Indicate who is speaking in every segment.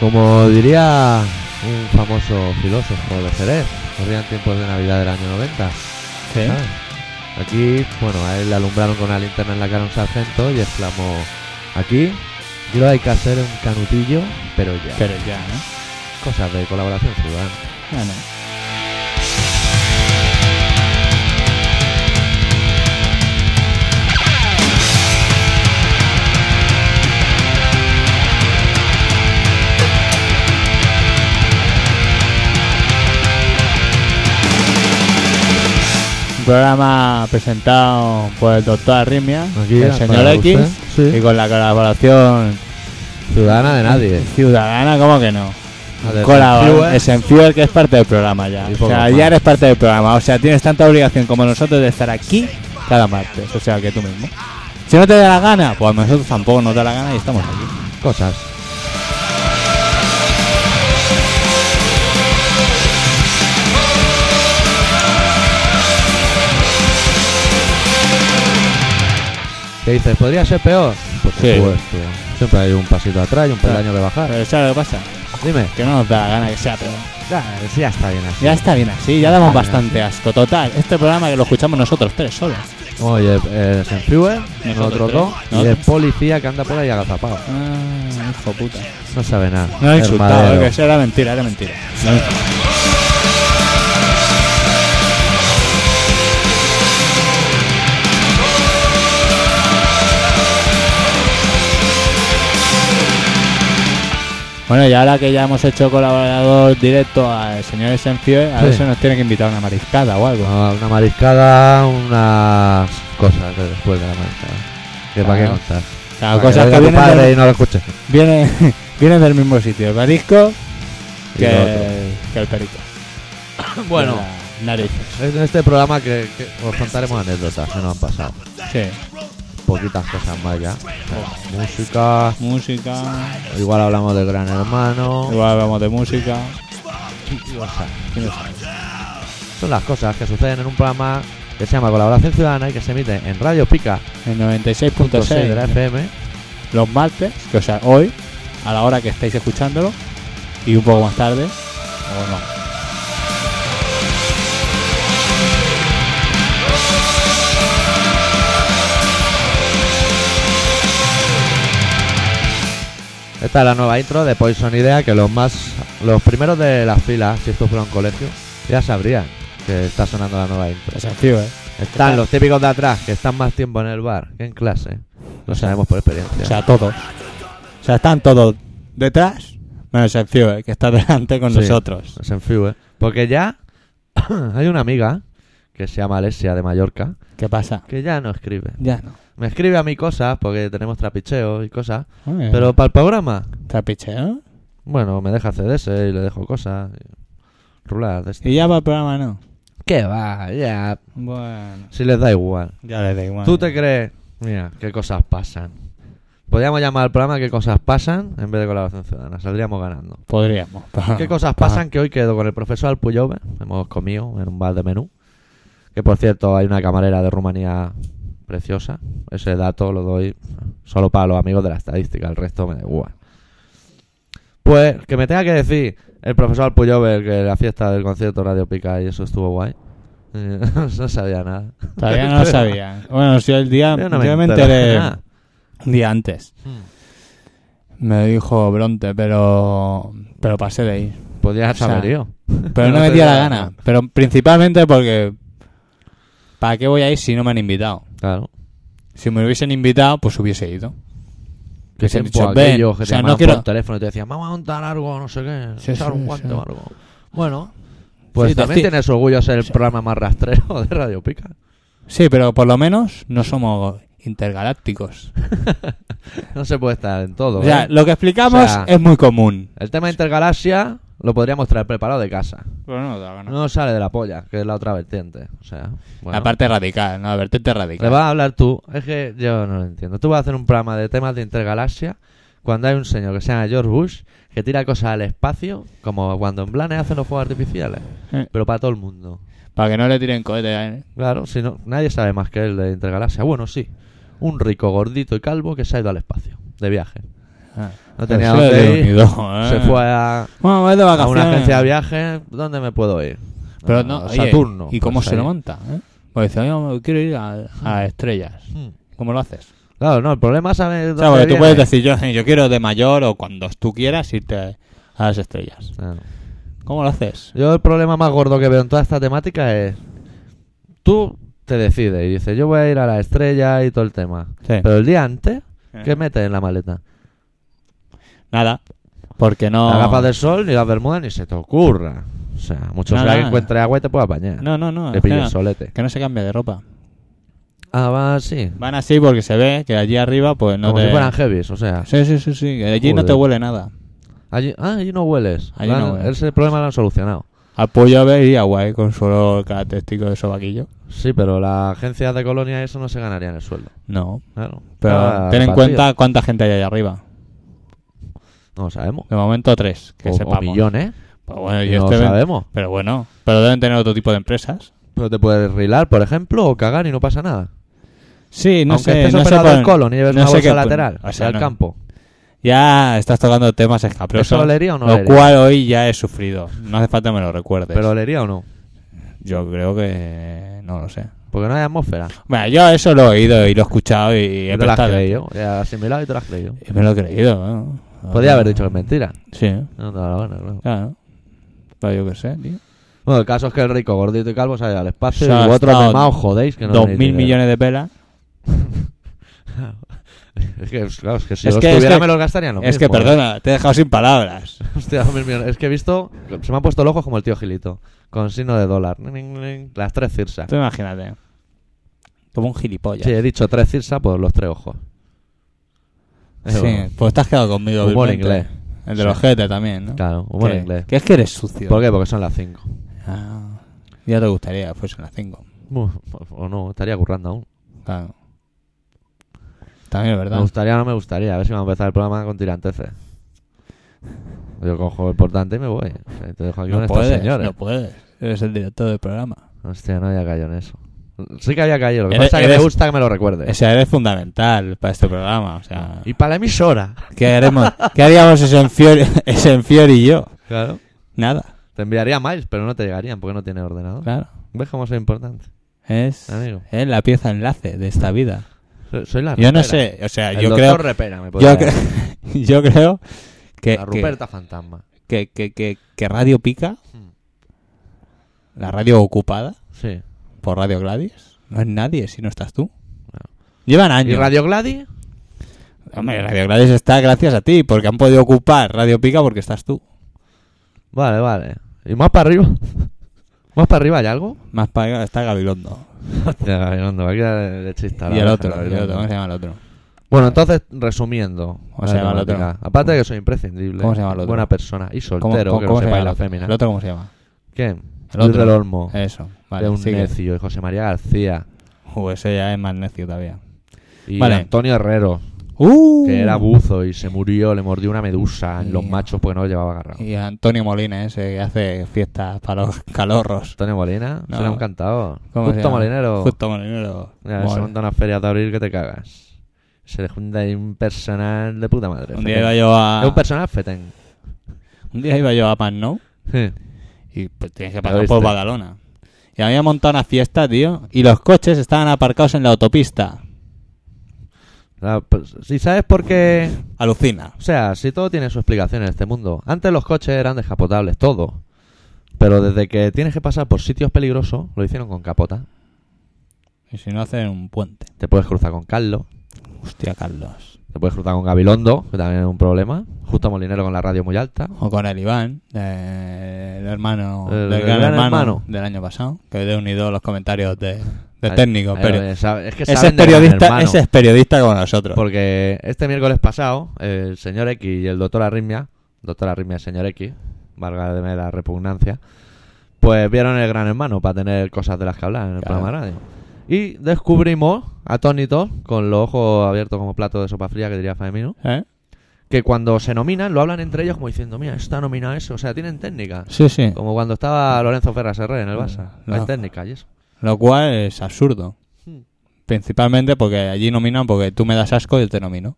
Speaker 1: Como diría un famoso filósofo de Jerez, corrían tiempos de Navidad del año 90.
Speaker 2: Sí.
Speaker 1: ¿sabes? Aquí, bueno, a él le alumbraron con una linterna en la cara a un sargento y exclamó, aquí creo hay que hacer un canutillo, pero ya.
Speaker 2: Pero ya, ¿no?
Speaker 1: Cosas de colaboración ciudadana.
Speaker 2: Ah, no. Un programa presentado por el doctor Arrimia,
Speaker 1: Aquí,
Speaker 2: el
Speaker 1: para
Speaker 2: señor X,
Speaker 1: usted, sí.
Speaker 2: y con la colaboración
Speaker 1: Ciudadana de nadie.
Speaker 2: ciudadana, ¿cómo que no?
Speaker 1: La de
Speaker 2: Colabora,
Speaker 1: Reviewer.
Speaker 2: es en Fever que es parte del programa ya.
Speaker 1: Y
Speaker 2: O
Speaker 1: poco
Speaker 2: sea,
Speaker 1: más.
Speaker 2: ya eres parte del programa. O sea, tienes tanta obligación como nosotros de estar aquí cada martes. O sea, que tú mismo. Si no te da la gana, pues a nosotros tampoco nos da la gana y estamos aquí.
Speaker 1: Cosas. ¿Qué dices? ¿Podría ser peor? Por
Speaker 2: Sí.
Speaker 1: supuesto. Siempre hay un pasito atrás y un peldaño que bajar.
Speaker 2: Pero ¿sabes lo que pasa?
Speaker 1: Dime.
Speaker 2: Que no nos da la gana que sea peor.
Speaker 1: Ya, ya está bien así.
Speaker 2: Ya está bien así, ya damos
Speaker 1: Está bien
Speaker 2: bastante asco. Total, este programa que lo escuchamos nosotros tres solos.
Speaker 1: Oye, eh, es en Fewer,
Speaker 2: Nosotros
Speaker 1: nosotros
Speaker 2: tres.
Speaker 1: dos, y el
Speaker 2: Nosotros.
Speaker 1: policía que anda por ahí agazapado.
Speaker 2: Ah, hijo puta.
Speaker 1: No sabe nada.
Speaker 2: No he
Speaker 1: El
Speaker 2: insultado,
Speaker 1: madero.
Speaker 2: eh, que eso era mentira, era mentira. No he insultado. Bueno, y ahora que ya hemos hecho colaborador directo al señor Esenfiel, a
Speaker 1: Sí.
Speaker 2: ver si nos tiene que invitar a una mariscada o algo.
Speaker 1: Ah, Una mariscada, unas cosas de después de la mariscada. Que para qué
Speaker 2: Claro.
Speaker 1: contar.
Speaker 2: Claro,
Speaker 1: Para
Speaker 2: cosas
Speaker 1: que,
Speaker 2: que,
Speaker 1: oiga tu
Speaker 2: vienen,
Speaker 1: padre y
Speaker 2: del,
Speaker 1: no lo escuche.
Speaker 2: vienen- vienen del mismo sitio, el marisco
Speaker 1: Y
Speaker 2: que,
Speaker 1: lo otro.
Speaker 2: que el perico.
Speaker 1: Bueno,
Speaker 2: La nariz.
Speaker 1: en este programa que, que os contaremos anécdotas que nos han pasado.
Speaker 2: Sí.
Speaker 1: Poquitas cosas más ya. O sea, Música,
Speaker 2: Música.
Speaker 1: igual hablamos de Gran Hermano.
Speaker 2: Igual hablamos de música.
Speaker 1: cosas.
Speaker 2: ¿Quién lo sabe?
Speaker 1: Son las cosas que suceden en un programa que se llama Colaboración Ciudadana y que se emite en Radio Pica
Speaker 2: El
Speaker 1: de la
Speaker 2: 96.6.
Speaker 1: FM.
Speaker 2: Los martes, que o sea, hoy, a la hora que estáis escuchándolo, y un poco más tarde, o no.
Speaker 1: Esta es la nueva intro de Poison Idea que los más los primeros de las filas, si esto fuera un colegio, ya sabrían que está sonando la nueva intro.
Speaker 2: Es sencillo, ¿eh?
Speaker 1: Están los típicos de atrás que están más tiempo en el bar que en clase. Lo sabemos por experiencia.
Speaker 2: O sea, todos. O sea, están todos detrás, menos el tío, ¿eh? que está delante con
Speaker 1: Sí.
Speaker 2: nosotros.
Speaker 1: Es en Fiu, ¿eh? Porque ya hay una amiga que se llama Alesia de Mallorca
Speaker 2: ¿Qué pasa?
Speaker 1: que ya no escribe.
Speaker 2: Ya no.
Speaker 1: Me escribe a mí cosas porque tenemos trapicheos y cosas,
Speaker 2: Oye,
Speaker 1: pero para el programa,
Speaker 2: Trapicheo.
Speaker 1: bueno, me deja CDS y le dejo cosas. Rular, de este.
Speaker 2: Y ya para el programa no.
Speaker 1: ¿Qué va? Ya.
Speaker 2: Bueno.
Speaker 1: Si les da igual.
Speaker 2: Ya le da igual.
Speaker 1: ¿Tú te crees? Mira, qué cosas pasan. Podríamos llamar al programa ¿Qué cosas pasan? en vez de colaboración ciudadana. Saldríamos ganando.
Speaker 2: Podríamos.
Speaker 1: ¿Qué cosas
Speaker 2: ah.
Speaker 1: pasan? Que hoy quedo con el profesor Alpuyove. Hemos comido en un bar de menú. Que por cierto, hay una camarera de Rumanía preciosa. Ese dato lo doy solo para los amigos de la estadística. El resto me da igual. Pues que me tenga que decir el profesor Alpuyove que la fiesta del concierto Radio Pica y eso estuvo guay. Eh, no sabía nada.
Speaker 2: Todavía no lo sabía. Bueno, si el día.
Speaker 1: Yo
Speaker 2: Yo
Speaker 1: no
Speaker 2: me,
Speaker 1: me entero de
Speaker 2: enteré
Speaker 1: nada.
Speaker 2: un día antes.
Speaker 1: hmm.
Speaker 2: Me dijo Bronte, pero. Pero pasé de ir.
Speaker 1: Podías
Speaker 2: O sea,
Speaker 1: haber ido.
Speaker 2: Pero no
Speaker 1: No
Speaker 2: me
Speaker 1: te
Speaker 2: dio
Speaker 1: dio
Speaker 2: la
Speaker 1: la
Speaker 2: gana.
Speaker 1: gana.
Speaker 2: Pero principalmente porque. ¿Para qué voy a ir si no me han invitado?
Speaker 1: Claro.
Speaker 2: Si me hubiesen invitado, pues hubiese ido.
Speaker 1: Que
Speaker 2: se han
Speaker 1: tiempo
Speaker 2: dicho, ven.
Speaker 1: aquello que te
Speaker 2: O sea, no
Speaker 1: llamaban por
Speaker 2: quiero-
Speaker 1: teléfono y te decían, vamos a montar algo, no sé qué,
Speaker 2: Sí,
Speaker 1: echar
Speaker 2: sí,
Speaker 1: un guante
Speaker 2: sí.
Speaker 1: o algo. Bueno, pues
Speaker 2: Sí, te-
Speaker 1: también
Speaker 2: sí.
Speaker 1: tienes orgullo de ser el programa más rastrero de Radio Pica.
Speaker 2: Sí, pero por lo menos no somos intergalácticos.
Speaker 1: No se puede estar en todo.
Speaker 2: O sea,
Speaker 1: ¿eh?
Speaker 2: lo que explicamos
Speaker 1: O sea-
Speaker 2: es muy común.
Speaker 1: El tema de Intergalaxia lo podríamos traer preparado de casa.
Speaker 2: Pero no da gana.
Speaker 1: No sale de la polla, que es la otra vertiente. O sea, bueno.
Speaker 2: La parte radical, no, la vertiente
Speaker 1: Le
Speaker 2: radical.
Speaker 1: vas a hablar tú, es que yo no lo entiendo. Tú vas a hacer un programa de temas de Intergalaxia cuando hay un señor que se llama George Bush que tira cosas al espacio, como cuando en Blanes hacen los fuegos artificiales,
Speaker 2: Eh.
Speaker 1: pero para todo el mundo.
Speaker 2: Para que no le tiren cohetes. ¿eh?
Speaker 1: Claro, si no, nadie sabe más que él de Intergalaxia. Bueno, sí. Un rico, gordito y calvo que se ha ido al espacio, de viaje.
Speaker 2: Ah,
Speaker 1: No tenía
Speaker 2: pues sí,
Speaker 1: dónde ir.
Speaker 2: reunido, ¿eh?
Speaker 1: Se fue a,
Speaker 2: Bueno, voy de
Speaker 1: a
Speaker 2: vacaciones.
Speaker 1: una agencia de viajes. ¿Dónde me puedo ir?
Speaker 2: Pero
Speaker 1: A
Speaker 2: no, oye,
Speaker 1: Saturno.
Speaker 2: ¿Y cómo
Speaker 1: pues
Speaker 2: se lo
Speaker 1: ahí.
Speaker 2: monta? eh? Pues dice, oye, quiero ir a, a estrellas.
Speaker 1: Hmm.
Speaker 2: ¿Cómo lo haces?
Speaker 1: Claro, no, el problema sabes
Speaker 2: O
Speaker 1: dónde
Speaker 2: sea, porque tú
Speaker 1: viene?
Speaker 2: puedes decir, yo, yo quiero de mayor o cuando tú quieras irte a las estrellas.
Speaker 1: Claro.
Speaker 2: ¿Cómo lo haces?
Speaker 1: Yo el problema más gordo que veo en toda esta temática es tú te decides y dices, yo voy a ir a la estrella y todo el tema.
Speaker 2: Sí.
Speaker 1: Pero el día antes, ¿qué
Speaker 2: Eh,
Speaker 1: metes en la maleta?
Speaker 2: Nada. Porque no...
Speaker 1: La gafas del sol, ni las bermudas, ni se te ocurra. O sea, mucho
Speaker 2: No,
Speaker 1: sea
Speaker 2: no.
Speaker 1: que encuentre agua y te pueda apañar.
Speaker 2: No, no, no.
Speaker 1: te
Speaker 2: es
Speaker 1: pille
Speaker 2: que no-
Speaker 1: el solete.
Speaker 2: que no se cambie de ropa.
Speaker 1: Ah, va, sí.
Speaker 2: Van así porque se ve que allí arriba pues no
Speaker 1: Como
Speaker 2: te...
Speaker 1: si fueran heavies, o sea.
Speaker 2: Sí, sí, sí, sí. que Allí no
Speaker 1: Joder.
Speaker 2: te huele nada.
Speaker 1: Allí, ah, allí no hueles.
Speaker 2: Allí
Speaker 1: Lo han-
Speaker 2: no hueles.
Speaker 1: Ese problema lo han solucionado.
Speaker 2: Apoyo a ver y guay con su olor característico de sobaquillo.
Speaker 1: Sí, pero las agencias de colonia eso no se ganarían el sueldo.
Speaker 2: No.
Speaker 1: Claro.
Speaker 2: Pero
Speaker 1: Ah,
Speaker 2: ten en
Speaker 1: repartido.
Speaker 2: cuenta cuánta gente hay allá arriba.
Speaker 1: No lo sabemos.
Speaker 2: De momento tres, que
Speaker 1: o, o
Speaker 2: sepamos.
Speaker 1: millones.
Speaker 2: Pero bueno, y
Speaker 1: no lo
Speaker 2: este ven-
Speaker 1: sabemos.
Speaker 2: Pero bueno, pero deben tener otro tipo de empresas.
Speaker 1: Pero te puedes rilar, por ejemplo, o cagar y no pasa nada.
Speaker 2: Sí, no
Speaker 1: Aunque
Speaker 2: sé.
Speaker 1: estés
Speaker 2: no sé
Speaker 1: operado
Speaker 2: por-
Speaker 1: del colon y lleves
Speaker 2: no
Speaker 1: una
Speaker 2: sé
Speaker 1: bolsa
Speaker 2: qué-
Speaker 1: lateral
Speaker 2: o sea,
Speaker 1: al
Speaker 2: no-
Speaker 1: campo.
Speaker 2: Ya estás tocando temas escabrosos.
Speaker 1: ¿Eso olería o no
Speaker 2: Lo
Speaker 1: olería?
Speaker 2: cual hoy ya he sufrido. No hace falta que me lo recuerdes.
Speaker 1: ¿Pero olería o no?
Speaker 2: Yo creo que... No lo sé.
Speaker 1: Porque no hay atmósfera.
Speaker 2: Bueno, yo eso lo he oído y lo he escuchado y
Speaker 1: Y
Speaker 2: he
Speaker 1: te lo has
Speaker 2: prestado-
Speaker 1: creído. He asimilado y te lo has creído.
Speaker 2: y me lo he creído. ¿no?
Speaker 1: Podría haber dicho que es mentira.
Speaker 2: Sí,
Speaker 1: No te da la gana, claro.
Speaker 2: claro. Pero yo qué sé, tío.
Speaker 1: Bueno, el caso es que el rico, gordito y calvo se ha ido al espacio
Speaker 2: Se ha
Speaker 1: y vosotros
Speaker 2: gastado
Speaker 1: demás os jodéis que no
Speaker 2: Dos
Speaker 1: tenéis
Speaker 2: mil
Speaker 1: dinero.
Speaker 2: millones de pelas.
Speaker 1: Es que, pues, claro, es que si
Speaker 2: Es
Speaker 1: los
Speaker 2: que- es
Speaker 1: tuviera
Speaker 2: que-
Speaker 1: me los gastaría en lo
Speaker 2: es
Speaker 1: mismo,
Speaker 2: que, perdona, te he dejado sin palabras.
Speaker 1: ¿eh? Hostia, dos mil millones. Es que he visto... Se me han puesto los ojos como el tío Gilito. Con signo de dólar. Ning, ning, ning. Las tres cirsas.
Speaker 2: Tú imagínate. Como un gilipollas.
Speaker 1: Sí, he dicho tres cirsas por los tres ojos. Es
Speaker 2: Sí,
Speaker 1: bueno.
Speaker 2: pues te has quedado conmigo.
Speaker 1: Humor
Speaker 2: vilmente.
Speaker 1: inglés.
Speaker 2: El de
Speaker 1: Sí.
Speaker 2: los jetes también, ¿no?
Speaker 1: Claro, humor
Speaker 2: que,
Speaker 1: inglés.
Speaker 2: Que es que eres sucio.
Speaker 1: ¿Por qué? Porque son las 5.
Speaker 2: Ah, ya te gustaría que fuesen las 5.
Speaker 1: O no, estaría currando aún.
Speaker 2: Claro. También es
Speaker 1: Me
Speaker 2: verdad.
Speaker 1: gustaría o no me gustaría. A ver si vamos a empezar el programa con tiranteces. Yo cojo el portante y me voy. O sea, te dejo aquí con
Speaker 2: No
Speaker 1: estos
Speaker 2: puedes,
Speaker 1: señores.
Speaker 2: no puedes. Eres el director del programa.
Speaker 1: Hostia, no había caído en eso. Sí que había caído. Lo que
Speaker 2: Eres-
Speaker 1: pasa es que me
Speaker 2: eres-
Speaker 1: gusta que me lo recuerde.
Speaker 2: O sea, eres fundamental para este programa. O sea,
Speaker 1: Y para la emisora.
Speaker 2: ¿qué haremos? ¿Qué haríamos ese Enfior, ese Enfior y yo?
Speaker 1: Claro.
Speaker 2: Nada,
Speaker 1: Te enviaría mails, pero no te llegarían porque no tiene ordenador.
Speaker 2: claro.
Speaker 1: ¿Ves cómo soy importante?
Speaker 2: Es,
Speaker 1: Amigo.
Speaker 2: es la pieza enlace de esta vida.
Speaker 1: Soy, soy la
Speaker 2: Yo no
Speaker 1: repera.
Speaker 2: sé, o sea,
Speaker 1: El
Speaker 2: yo
Speaker 1: doctor pues.
Speaker 2: creo,
Speaker 1: repera me podría
Speaker 2: yo, cre- yo creo que,
Speaker 1: La
Speaker 2: que,
Speaker 1: Ruperta Fantasma.
Speaker 2: que, que- que- que Radio Pica,
Speaker 1: Hmm.
Speaker 2: la radio ocupada
Speaker 1: Sí.
Speaker 2: por Radio Gladys, no es nadie si no estás tú. Llevan
Speaker 1: ¿Y
Speaker 2: años.
Speaker 1: Radio Gladys?
Speaker 2: Hombre, Radio Gladys está gracias a ti, porque han podido ocupar Radio Pica porque estás tú.
Speaker 1: Vale, vale. ¿Y más para arriba? ¿Más para arriba hay algo?
Speaker 2: Más para está Gabilondo.
Speaker 1: Hostia, Gabilondo, aquí le chista.
Speaker 2: Y el otro, y el otro, ¿cómo se llama el otro?
Speaker 1: Bueno, entonces, resumiendo.
Speaker 2: ¿Cómo se
Speaker 1: la
Speaker 2: llama el otro?
Speaker 1: temática. Aparte de que soy imprescindible.
Speaker 2: ¿Cómo se llama el otro?
Speaker 1: Buena persona. Y
Speaker 2: ¿Cómo-
Speaker 1: soltero,
Speaker 2: cómo-
Speaker 1: que
Speaker 2: cómo
Speaker 1: no
Speaker 2: se
Speaker 1: sepa
Speaker 2: llama
Speaker 1: y
Speaker 2: el
Speaker 1: la
Speaker 2: otro?
Speaker 1: fémina.
Speaker 2: ¿El otro cómo se llama?
Speaker 1: ¿Quién?
Speaker 2: El
Speaker 1: Luis
Speaker 2: otro.
Speaker 1: del Olmo.
Speaker 2: Eso, vale.
Speaker 1: de un
Speaker 2: sigue.
Speaker 1: necio. Y José María García.
Speaker 2: Uh, ese ya es más necio todavía.
Speaker 1: Y
Speaker 2: Vale.
Speaker 1: Antonio Herrero,
Speaker 2: Uh,
Speaker 1: que era buzo y se murió, le mordió una medusa en los
Speaker 2: Mía.
Speaker 1: machos porque no lo llevaba agarrado.
Speaker 2: Y Antonio Molina, ese que hace fiestas para los calorros.
Speaker 1: Antonio Molina,
Speaker 2: No.
Speaker 1: se le ha encantado.
Speaker 2: ¿Cómo se
Speaker 1: Justo
Speaker 2: llama?
Speaker 1: Molinero.
Speaker 2: Justo Molinero.
Speaker 1: Ya,
Speaker 2: Mol-
Speaker 1: se monta unas ferias de abril que te cagas. Se le junta ahí un personal de puta madre.
Speaker 2: Un
Speaker 1: fetén.
Speaker 2: día iba yo a.
Speaker 1: Es un personal fetén.
Speaker 2: Un día iba yo a Pan No
Speaker 1: Sí.
Speaker 2: y pues tienes que
Speaker 1: ¿Lo
Speaker 2: pasar
Speaker 1: viste?
Speaker 2: por Badalona. Y había montado una fiesta, tío, y los coches estaban aparcados en la autopista.
Speaker 1: Ah, pues, si sabes por qué...
Speaker 2: Alucina.
Speaker 1: O sea, si todo tiene su explicación en este mundo. Antes los coches eran descapotables, todo. Pero desde que tienes que pasar por sitios peligrosos, lo hicieron con capota.
Speaker 2: Y si no hacen un puente.
Speaker 1: Te puedes cruzar con Carlos,
Speaker 2: Hostia, Carlos.
Speaker 1: te puedes cruzar con Gabilondo, que también es un problema. Justo Molinero con la radio muy alta.
Speaker 2: O con el Iván, eh, el hermano
Speaker 1: El
Speaker 2: del gran,
Speaker 1: gran
Speaker 2: hermano,
Speaker 1: hermano.
Speaker 2: del año pasado, que he unido los comentarios de, de
Speaker 1: Ahí-
Speaker 2: técnico.
Speaker 1: ahí lo
Speaker 2: pero
Speaker 1: ves, sabe- es que
Speaker 2: ese, es
Speaker 1: saben de gran
Speaker 2: periodista,
Speaker 1: hermano.
Speaker 2: ese es periodista como nosotros.
Speaker 1: Porque este miércoles pasado, el señor X y el doctor Arritmia, doctor Arritmia y señor X, válgame la repugnancia, pues vieron el Gran Hermano para tener cosas de las que hablar en el
Speaker 2: Claro.
Speaker 1: programa de radio. Y descubrimos, atónitos, con los ojos abiertos como plato de sopa fría que diría Faemino,
Speaker 2: ¿Eh?
Speaker 1: que cuando se nominan lo hablan entre ellos como diciendo, mira, está nominado eso, o sea, tienen técnica.
Speaker 2: Sí, sí.
Speaker 1: Como cuando estaba Lorenzo Ferras Herrera en el Barça,
Speaker 2: No.
Speaker 1: hay técnica y eso.
Speaker 2: Lo cual es
Speaker 1: Hmm.
Speaker 2: absurdo. Principalmente porque allí nominan porque tú me das asco y yo te nomino.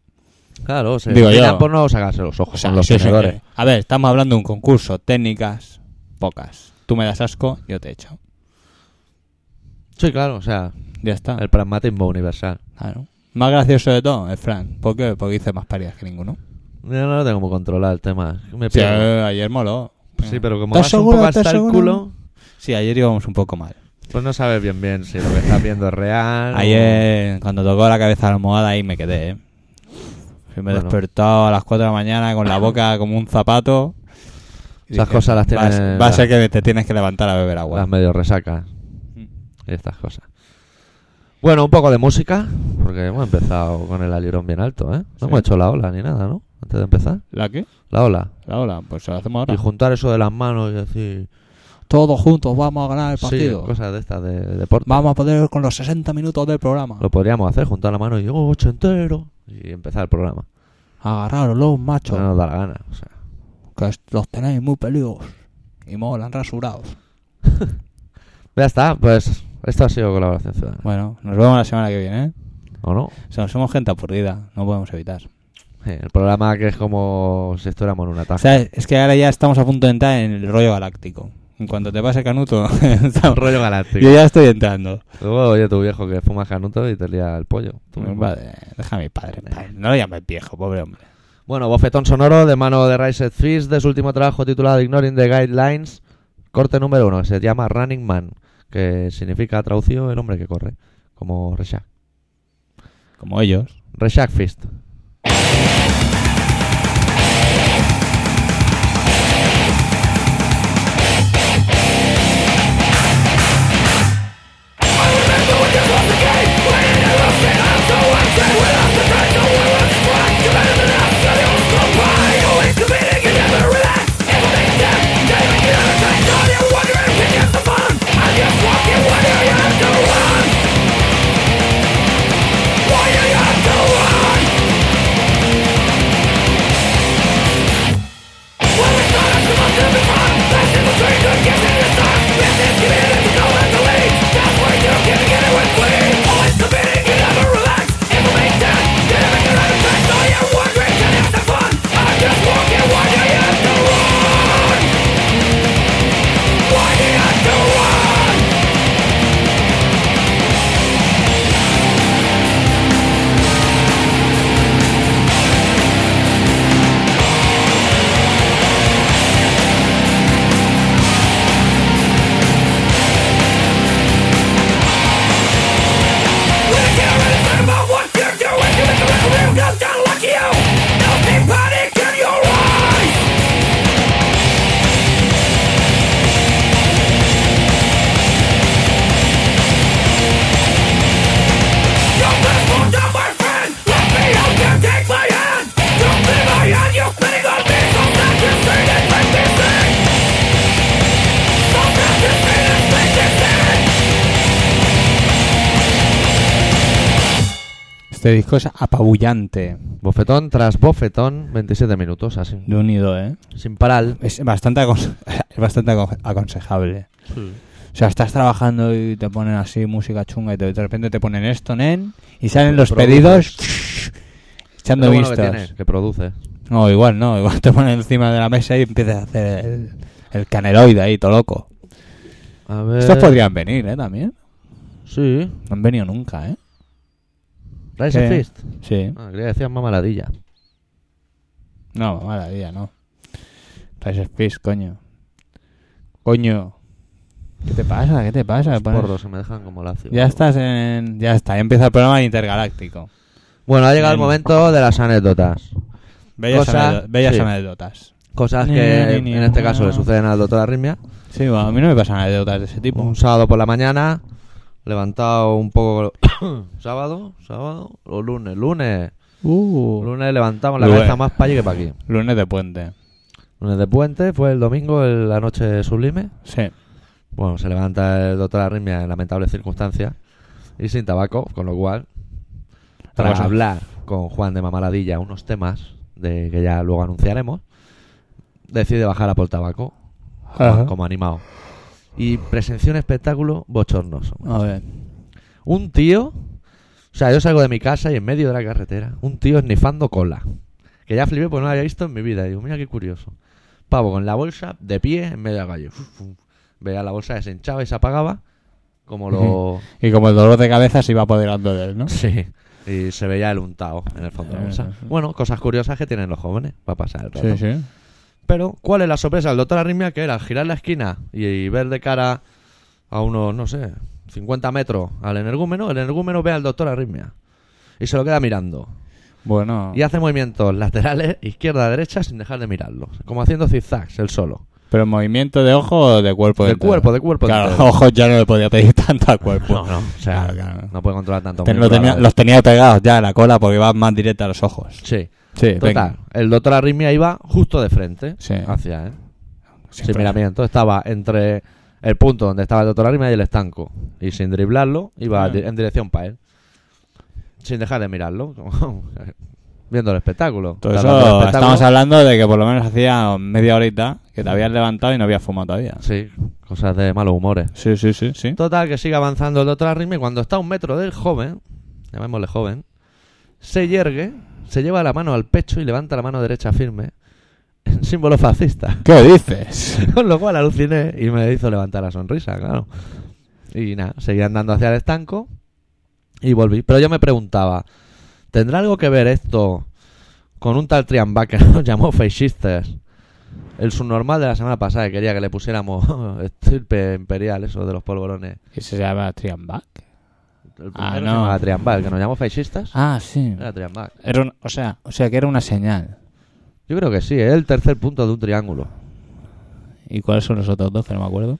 Speaker 1: Claro, se
Speaker 2: Digo yo.
Speaker 1: miran por no sacarse los ojos
Speaker 2: O sea,
Speaker 1: con los
Speaker 2: sí, sí,
Speaker 1: tenedores.
Speaker 2: sí. A ver, estamos hablando de un concurso, técnicas pocas. Tú me das asco, yo te echo.
Speaker 1: Sí, claro, o sea,
Speaker 2: Ya está.
Speaker 1: el pragmatismo universal.
Speaker 2: Claro. Más gracioso de todo es Fran. ¿Por qué? Porque hice más paridas que ninguno.
Speaker 1: Yo no lo tengo como controlar el tema. Me
Speaker 2: Sí,
Speaker 1: pierdo.
Speaker 2: eh, ayer moló.
Speaker 1: Sí, pero como
Speaker 2: ¿Estás
Speaker 1: vas un
Speaker 2: seguro?
Speaker 1: poco
Speaker 2: ¿Estás
Speaker 1: hasta el
Speaker 2: seguro?
Speaker 1: culo,
Speaker 2: Sí, ayer íbamos un poco mal.
Speaker 1: pues no sabes bien bien si lo que estás viendo es real. o-
Speaker 2: Ayer, cuando tocó la cabeza la almohada, ahí me quedé. ¿eh? Sí, me he
Speaker 1: Bueno.
Speaker 2: despertado a las 4 de la mañana con la boca como un zapato. Y
Speaker 1: Esas cosas las
Speaker 2: va a ser-
Speaker 1: tiene
Speaker 2: Va a
Speaker 1: la-
Speaker 2: ser que te tienes que levantar a beber agua.
Speaker 1: Las medio resacas y estas cosas. Bueno, un poco de música, porque hemos empezado con el alirón bien alto, ¿eh? No
Speaker 2: Sí.
Speaker 1: hemos hecho la ola ni nada, ¿no? Antes de empezar,
Speaker 2: ¿La qué?
Speaker 1: la ola.
Speaker 2: La ola, pues se la hacemos ahora.
Speaker 1: Y juntar eso de las manos y decir...
Speaker 2: Todos juntos vamos a ganar el
Speaker 1: sí,
Speaker 2: partido.
Speaker 1: cosas de estas de, de deporte.
Speaker 2: vamos a poder con los 60 minutos del programa.
Speaker 1: Lo podríamos hacer, juntar la mano y oh, ocho entero y empezar el programa.
Speaker 2: Agarraros los machos,
Speaker 1: No nos da la gana. o sea.
Speaker 2: que los tenéis muy peludos. Y molan rasurados.
Speaker 1: Ya está, pues esto ha sido colaboración ciudadana.
Speaker 2: Bueno, nos vemos la semana que viene, ¿eh?
Speaker 1: ¿O no?
Speaker 2: O sea, somos gente aburrida, no podemos evitar.
Speaker 1: Eh, El programa que es como si estuviéramos en un
Speaker 2: O
Speaker 1: ataque.
Speaker 2: sea, es que ahora ya estamos a punto de entrar en el rollo galáctico. En cuanto te pase Canuto, estamos-
Speaker 1: rollo galáctico.
Speaker 2: yo ya estoy entrando.
Speaker 1: Luego oye tu viejo que fuma canuto y te lía el pollo. Tú mismo.
Speaker 2: Vale, deja a mi padre. en paz. No lo llames viejo, pobre hombre.
Speaker 1: Bueno, bofetón sonoro de mano de Rise Fist de su último trabajo titulado Ignoring the Guidelines, corte número uno, que se llama Running Man, que significa traducido el hombre que corre, como Reshak.
Speaker 2: Como ellos.
Speaker 1: Reshak Fist.
Speaker 3: oh. Take my hand! Don't be my hand! You're spinning on me! So that you're singing, make me sing! So that you're singing, make me sing!
Speaker 2: Este disco es apabullante.
Speaker 1: Bofetón tras bofetón, 27 minutos, así.
Speaker 2: De unido, ¿eh?
Speaker 1: Sin parar.
Speaker 2: Es bastante, aconse- es bastante aconse- aconsejable. O sea, estás trabajando y te ponen así música chunga y te- de repente te ponen esto, nen, y salen los
Speaker 1: Produces.
Speaker 2: pedidos
Speaker 1: Lo
Speaker 2: echando
Speaker 1: bueno que
Speaker 2: vistas.
Speaker 1: tiene, que produce.
Speaker 2: No, igual no, igual te ponen encima de la mesa y empiezas a hacer el, el caneloide ahí, todo loco.
Speaker 1: A ver...
Speaker 2: Estos podrían venir, ¿eh? También.
Speaker 1: Sí.
Speaker 2: No han venido nunca, ¿eh?
Speaker 1: Rise
Speaker 2: ¿Qué?
Speaker 1: Fist.
Speaker 2: Sí.
Speaker 1: Ah, quería decir mamaladilla.
Speaker 2: No, maravilla, no. Rice Space, coño. Coño. ¿Qué te pasa? ¿Qué te pasa?
Speaker 1: Los
Speaker 2: Pones-
Speaker 1: porros se me dejan como lacio.
Speaker 2: Ah, Ya estás en... Ya está, ya empieza el programa intergaláctico.
Speaker 1: Bueno, ha llegado el
Speaker 2: Bien.
Speaker 1: momento de las anécdotas.
Speaker 2: Bellas,
Speaker 1: Cosa-
Speaker 2: anedo- bellas
Speaker 1: sí.
Speaker 2: anécdotas.
Speaker 1: Cosas
Speaker 2: Ni,
Speaker 1: que
Speaker 2: ni, ni,
Speaker 1: en este caso
Speaker 2: no.
Speaker 1: le suceden al doctor Arritmia.
Speaker 2: Sí, bueno, a mí no me pasan anécdotas de ese tipo.
Speaker 1: Un sábado por la mañana, levantado un poco. sábado, sábado o lunes, lunes.
Speaker 2: Uh,
Speaker 1: Lunes levantamos la
Speaker 2: Lunes.
Speaker 1: cabeza más para allí que para aquí.
Speaker 2: lunes de puente.
Speaker 1: Lunes de puente, fue el domingo, el- la noche sublime.
Speaker 2: Sí.
Speaker 1: Bueno, se levanta el doctor Arritmia en lamentables circunstancias y sin tabaco, con lo cual, tras
Speaker 2: Vamos a-
Speaker 1: hablar con Juan de Mamaladilla unos temas de que ya luego anunciaremos, decide bajar a por tabaco, como-
Speaker 2: Ajá.
Speaker 1: como animado. Y presenció un espectáculo bochornoso.
Speaker 2: A ver.
Speaker 1: Un tío O sea, yo salgo de mi casa y en medio de la carretera, un tío esnifando cola. Que ya flipé porque no lo había visto en mi vida. Y digo, mira qué curioso. Pavo con la bolsa, de pie, en medio de la calle. Uf, uf. Veía la bolsa deshenchada y se apagaba. Como lo.
Speaker 2: Y como el dolor de cabeza se iba apoderando de él, ¿no?
Speaker 1: Sí. Y se veía el untado en el fondo de la bolsa. Bueno, cosas curiosas que tienen los jóvenes para pasar el rato.
Speaker 2: Sí, sí.
Speaker 1: Pero, ¿cuál es la sorpresa del doctor Arritmia? Que era girar la esquina y, y ver de cara a unos, no sé, 50 metros al energúmeno. El energúmeno ve al doctor Arritmia y se lo queda mirando.
Speaker 2: Bueno,
Speaker 1: Y hace movimientos laterales, izquierda, derecha, sin dejar de mirarlo. Como haciendo zigzags, él solo.
Speaker 2: pero movimiento de ojo o de cuerpo.
Speaker 1: De
Speaker 2: entero?
Speaker 1: cuerpo, de cuerpo
Speaker 2: Pues Claro,
Speaker 1: entero.
Speaker 2: ojos ya no le podía pedir tanto al cuerpo.
Speaker 1: No, no, o sea,
Speaker 2: Claro, claro.
Speaker 1: no puede controlar tanto.
Speaker 2: Ten-
Speaker 1: miembro
Speaker 2: lo
Speaker 1: a la
Speaker 2: tenía-
Speaker 1: vez.
Speaker 2: los tenía pegados ya en la cola porque iban más directa a los ojos.
Speaker 1: Sí,
Speaker 2: Sí,
Speaker 1: total. El doctor Arritmia iba justo de frente
Speaker 2: Sí.
Speaker 1: hacia él. Sin
Speaker 2: mira
Speaker 1: miramiento, estaba entre el punto donde estaba el doctor Arrimia y el estanco. Y sin driblarlo, iba
Speaker 2: Ah.
Speaker 1: di- en dirección para él. Sin dejar de mirarlo, como viendo el espectáculo.
Speaker 2: Todo
Speaker 1: Está dando el
Speaker 2: eso,
Speaker 1: espectáculo.
Speaker 2: estamos hablando de que por lo menos hacía media horita que te habías levantado y no habías fumado todavía.
Speaker 1: Sí, cosas de malos humores.
Speaker 2: Sí, sí, sí, sí.
Speaker 1: Total, que sigue avanzando el doctor Arrimia y cuando está a un metro del joven, llamémosle joven, se yergue, se lleva la mano al pecho y levanta la mano derecha firme, en símbolo fascista.
Speaker 2: ¿Qué dices?
Speaker 1: Con lo cual aluciné y me hizo levantar la sonrisa, claro. Y nada, seguí andando hacia el estanco y volví. Pero yo me preguntaba, ¿tendrá algo que ver esto con un tal Triambá que nos llamó Fachistas? El subnormal de la semana pasada que quería que le pusiéramos estirpe imperial, eso de los polvorones.
Speaker 2: Eso se llama Triambac.
Speaker 1: El primero
Speaker 2: Ah,
Speaker 1: se
Speaker 2: no.
Speaker 1: llamaba Triambá, el que nos llamó Fascistas
Speaker 2: Ah, sí.
Speaker 1: era Triambá.
Speaker 2: Era un- o, sea, o sea, que era una señal.
Speaker 1: Yo creo que sí, es el tercer punto de un triángulo.
Speaker 2: ¿Y cuáles son los otros dos? Que no me acuerdo.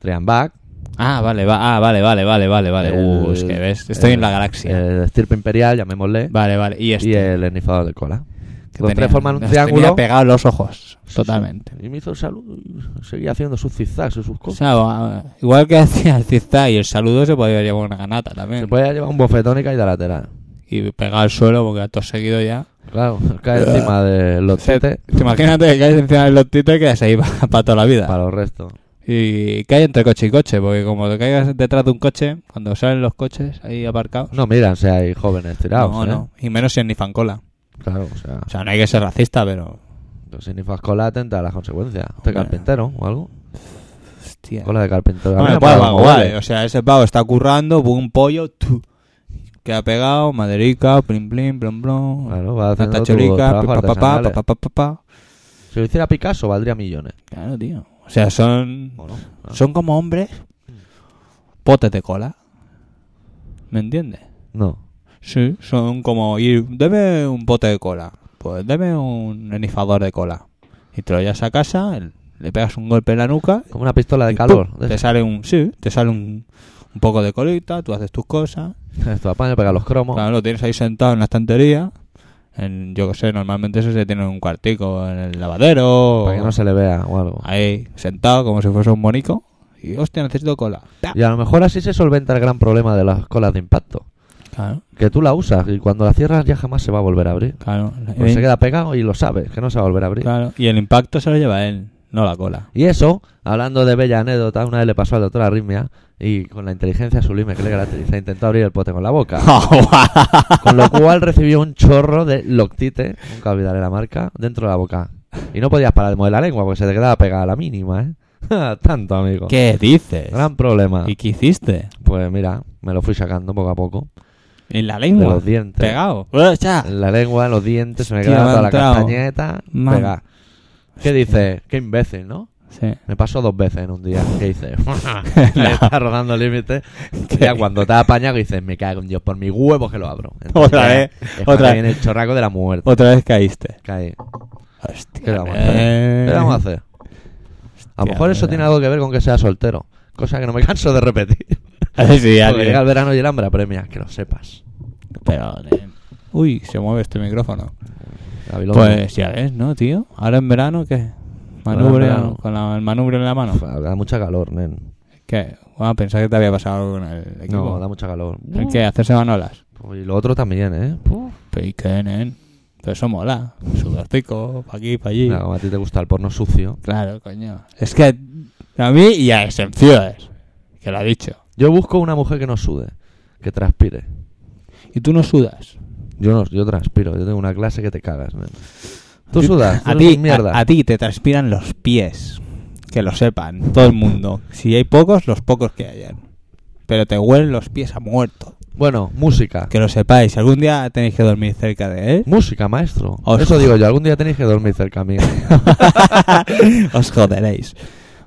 Speaker 1: Triambá,
Speaker 2: Ah, vale, va, ah, vale, vale, vale, vale, vale. Uh,
Speaker 1: El-
Speaker 2: es que ves, estoy en la galaxia.
Speaker 1: el estirpe imperial, llamémosle,
Speaker 2: Vale, vale. Y este.
Speaker 1: y el esnifador de cola.
Speaker 2: que
Speaker 1: Los
Speaker 2: tenía-
Speaker 1: tres forman un
Speaker 2: los
Speaker 1: triángulo.
Speaker 2: Tenía pegados los ojos.
Speaker 1: Sí,
Speaker 2: Totalmente.
Speaker 1: sí. Pues Y me hizo el saludo y seguía haciendo sus zigzags y sus
Speaker 2: O
Speaker 1: cosas.
Speaker 2: sea, va- igual que hacía el zigzag y el saludo se podía llevar una ganata también.
Speaker 1: Se podía llevar un bofetón y caída lateral.
Speaker 2: Y pegar al suelo porque acto seguido ya.
Speaker 1: Claro, cae encima de los
Speaker 2: Eh. Se-
Speaker 1: tetes
Speaker 2: te imagínate que caes encima del lotito y quedas ahí para, toda la vida.
Speaker 1: para los restos.
Speaker 2: Pues Y caes entre coche y coche, porque como te caigas detrás de un coche, cuando salen los coches ahí aparcados.
Speaker 1: No miran si hay jóvenes tirados.
Speaker 2: no,
Speaker 1: ¿eh?
Speaker 2: no. Y menos si es ni fancola.
Speaker 1: Claro, o sea,
Speaker 2: O sea, no hay que ser racista, pero.
Speaker 1: si ni fas cola, atenta a las consecuencias. Este
Speaker 2: Hombre.
Speaker 1: carpintero o algo.
Speaker 2: Hostia.
Speaker 1: Cola de carpintero. A mí
Speaker 2: Bueno,
Speaker 1: me
Speaker 2: pues,
Speaker 1: mola
Speaker 2: vago,
Speaker 1: como
Speaker 2: vale.
Speaker 1: huele.
Speaker 2: O sea, ese pavo está currando, un pollo, tú. Que ha pegado, maderica, plim, plim, plom, plom.
Speaker 1: Claro, va
Speaker 2: Una
Speaker 1: haciendo tus
Speaker 2: tacholica,
Speaker 1: trabajos
Speaker 2: pa, pa, pa,
Speaker 1: artesanales.
Speaker 2: pa, pa, pa, pa.
Speaker 1: Si lo hiciera Picasso, valdría millones.
Speaker 2: Claro, tío. O sea, son.
Speaker 1: ¿O no? Ah.
Speaker 2: Son como hombres. Potes de cola. ¿Me entiendes?
Speaker 1: No.
Speaker 2: Sí, son como ir, deme un bote de cola, pues deme un enifador de cola. Y te lo llevas a casa, el- le pegas un golpe en la nuca,
Speaker 1: Como una pistola de
Speaker 2: y
Speaker 1: calor.
Speaker 2: ¡pum! te sale un, sí, te sale un, un poco de colita, tú haces tus cosas,
Speaker 1: Esto apaña, pega los cromos.
Speaker 2: claro, lo tienes ahí sentado en la estantería, en, yo que sé, normalmente eso se tiene en un cuartico, en el lavadero,
Speaker 1: Para que no se le vea o algo.
Speaker 2: ahí sentado como si fuese un monico, y hostia, necesito cola. ¡Ta!
Speaker 1: Y a lo mejor así se solventa el gran problema de las colas de impacto.
Speaker 2: Claro,
Speaker 1: Que tú la usas y cuando la cierras ya jamás se va a volver a abrir.
Speaker 2: claro,
Speaker 1: Porque Pues se queda pegado y lo sabes, que no se va a volver a abrir.
Speaker 2: Eh. claro, y el impacto se lo lleva él, no la cola.
Speaker 1: Y eso, hablando de bella anécdota, una vez le pasó al doctor Arritmia y con la inteligencia sublime que le caracteriza intentó abrir el pote con la boca. Con lo cual recibió un chorro de loctite, nunca olvidaré la marca, dentro de la boca. Y no podías parar de mover la lengua porque se te quedaba pegada a la mínima, ¿eh? Tanto, amigo.
Speaker 2: ¿Qué dices?
Speaker 1: Gran problema.
Speaker 2: ¿Y qué hiciste?
Speaker 1: Pues mira, me lo fui sacando poco a poco.
Speaker 2: En la
Speaker 1: De
Speaker 2: lengua.
Speaker 1: los dientes.
Speaker 2: Pegado. ¡Echa!
Speaker 1: En la lengua, en los dientes, se me
Speaker 2: Hostia,
Speaker 1: quedaba
Speaker 2: me ha
Speaker 1: toda la
Speaker 2: entrado.
Speaker 1: castañeta.
Speaker 2: Man.
Speaker 1: pegada. ¿Qué dices? Qué imbécil, ¿no?
Speaker 2: Sí.
Speaker 1: Me pasó dos veces en un día. ¿Qué hice? Ahí Está rodando el límite. Ya cuando te has apañado dices, me cago en Dios, por mi huevo que lo abro.
Speaker 2: Otra
Speaker 1: ya,
Speaker 2: vez,
Speaker 1: es cuando
Speaker 2: otra
Speaker 1: viene el chorraco de la muerte.
Speaker 2: Otra vez caíste.
Speaker 1: Cae.
Speaker 2: Hostia.
Speaker 1: ¿Qué le vamos a hacer?
Speaker 2: eh.
Speaker 1: ¿Qué vamos a hacer? A lo
Speaker 2: Hostia,
Speaker 1: mejor eso
Speaker 2: verdad.
Speaker 1: tiene algo que ver con que sea soltero. Cosa que no me canso de repetir.
Speaker 2: Ay, sí, ya,
Speaker 1: Porque
Speaker 2: tío.
Speaker 1: llega el verano y el hambre premia, que lo sepas.
Speaker 2: Pero, eh, Uy, se mueve este micrófono.
Speaker 1: Gabilondo.
Speaker 2: Pues ya ves, ¿no, tío? Ahora en verano, ¿qué?
Speaker 1: Ahora en
Speaker 2: Manubrio,
Speaker 1: verano.
Speaker 2: con la- el manubrio en la mano. Pues,
Speaker 1: Da mucha calor, nen.
Speaker 2: ¿Qué? Bueno, pensaba que te había pasado algo con el
Speaker 1: No,
Speaker 2: equipo.
Speaker 1: da mucha calor.
Speaker 2: ¿El qué? ¿Hacerse manolas?
Speaker 1: Y lo otro también, ¿eh?
Speaker 2: Pero ¿y qué, nen? Pero eso mola. Sudorcico, pa' aquí, pa' allí.
Speaker 1: Claro, como a ti te gusta el porno sucio.
Speaker 2: Claro, coño. Es que a mí y a excepciones. Que lo ha dicho.
Speaker 1: Yo busco una mujer que no sude, que transpire.
Speaker 2: Y tú no sudas.
Speaker 1: Yo no, yo transpiro, yo tengo una clase que te cagas. nene. Tú
Speaker 2: Yo-
Speaker 1: sudas,
Speaker 2: A
Speaker 1: tú eres
Speaker 2: ti,
Speaker 1: un mierda.
Speaker 2: a, a ti te transpiran los pies. Que lo sepan, todo el mundo. Si hay pocos, los pocos que hayan. Pero te huelen los pies a muerto.
Speaker 1: Bueno, música.
Speaker 2: Que lo sepáis, algún día tenéis que dormir cerca de él.
Speaker 1: Música, maestro.
Speaker 2: Os-
Speaker 1: Eso digo yo, algún día tenéis que dormir cerca mío.
Speaker 2: Os joderéis.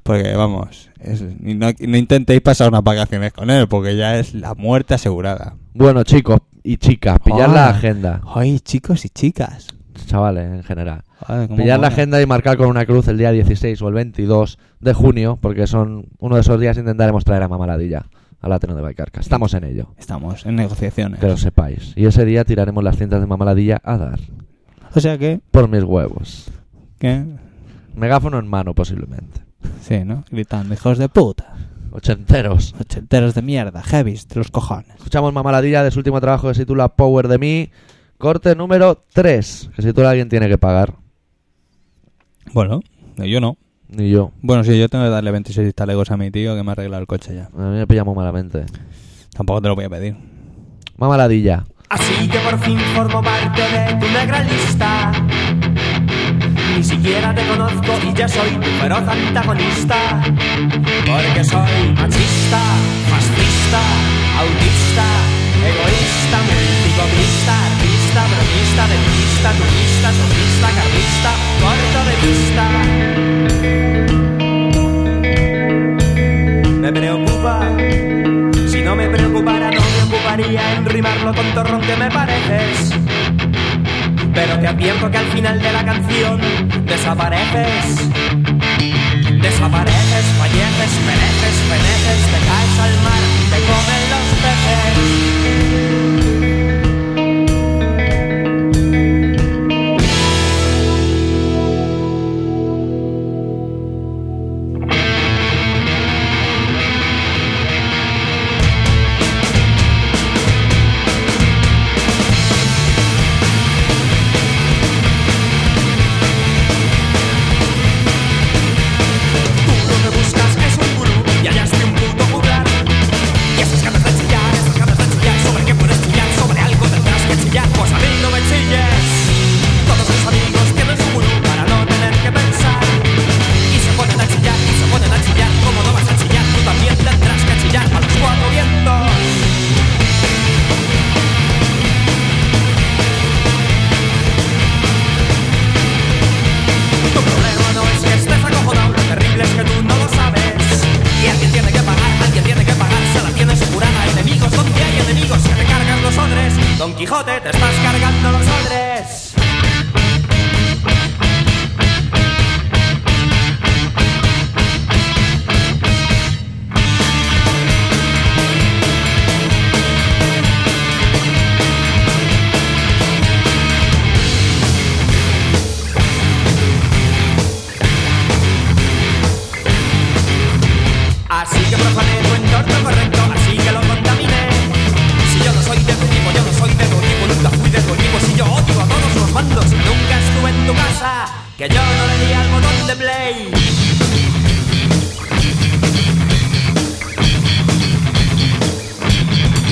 Speaker 2: Porque vamos, es- y no, y no intentéis pasar unas vacaciones con él, porque ya es la muerte asegurada.
Speaker 1: bueno, chicos y chicas, pillad
Speaker 2: Ah.
Speaker 1: la agenda.
Speaker 2: Ay, chicos y chicas.
Speaker 1: Chavales, en general.
Speaker 2: Ay, cómo
Speaker 1: Pillar la
Speaker 2: mola.
Speaker 1: agenda y marcar con una cruz el día 16 o el 22 de junio, porque son uno de esos días intentaremos traer a Mamaladilla al Ateneo de Baicarca. Estamos en ello,
Speaker 2: Estamos en negociaciones.
Speaker 1: que lo sepáis. Y ese día tiraremos las cintas de Mamaladilla a dar,
Speaker 2: O sea que,
Speaker 1: por mis huevos.
Speaker 2: que.
Speaker 1: Megáfono en mano, posiblemente.
Speaker 2: Sí, ¿no? Gritando, hijos de puta.
Speaker 1: Ochenteros.
Speaker 2: Ochenteros de mierda, heavies de los cojones.
Speaker 1: Escuchamos Mamaladilla de su último trabajo que se titula Power de mí, corte número 3, que se titula Alguien tiene que pagar.
Speaker 2: Bueno, eh, yo no.
Speaker 1: Ni yo.
Speaker 2: Bueno, sí, yo tengo que darle 26 talegos a mi tío que me ha arreglado el coche ya.
Speaker 1: A mí me pilla muy malamente.
Speaker 2: Tampoco te lo voy a pedir.
Speaker 1: Mamaladilla.
Speaker 3: Así que por fin formo parte de tu negra lista. Ni siquiera te conozco y ya soy tu feroz antagonista. Porque soy machista, fascista, autista, egoísta, multicopista, artista, bromista, dentista, turista, sofista, carlista, corto de vista. Me preocupa. Si no me preocupara, no me ocuparía en rimarlo con torrón que me pareces. Pero te advierto que al final de la canción desapareces. Desapareces, falleces, pereces, pereces, te caes al mar, te comen los peces. Tú lo que buscas es un gurú y hallaste un puto juglar. Y esas ganas de chillar, esas ganas de chillar, sobre qué puedes chillar, sobre algo tendrás que chillar, pues a mí no me chilles. Todos mis amigos tienen su gurú para no tener que pensar. Y se ponen a chillar, y se ponen a chillar, como no vas a chillar, tú también tendrás que chillar a los cuatro vientos. Tu problema no es que estés acojonado, lo terrible es que tú no lo sabes. Y alguien tiene que pagar, alguien tiene que pagar, se la tienes curada. Enemigos, donde hay enemigos, se te cargan los odres. Don Quijote, te estás cargando los odres. Así que profané tu entorno correcto, así que lo contaminé. Si yo no soy de tu tipo, yo no soy de tu tipo, nunca fui de tu tipo. Si yo odio a todos los bandos, que nunca estuve en tu casa, que yo no le di al botón de play. Yo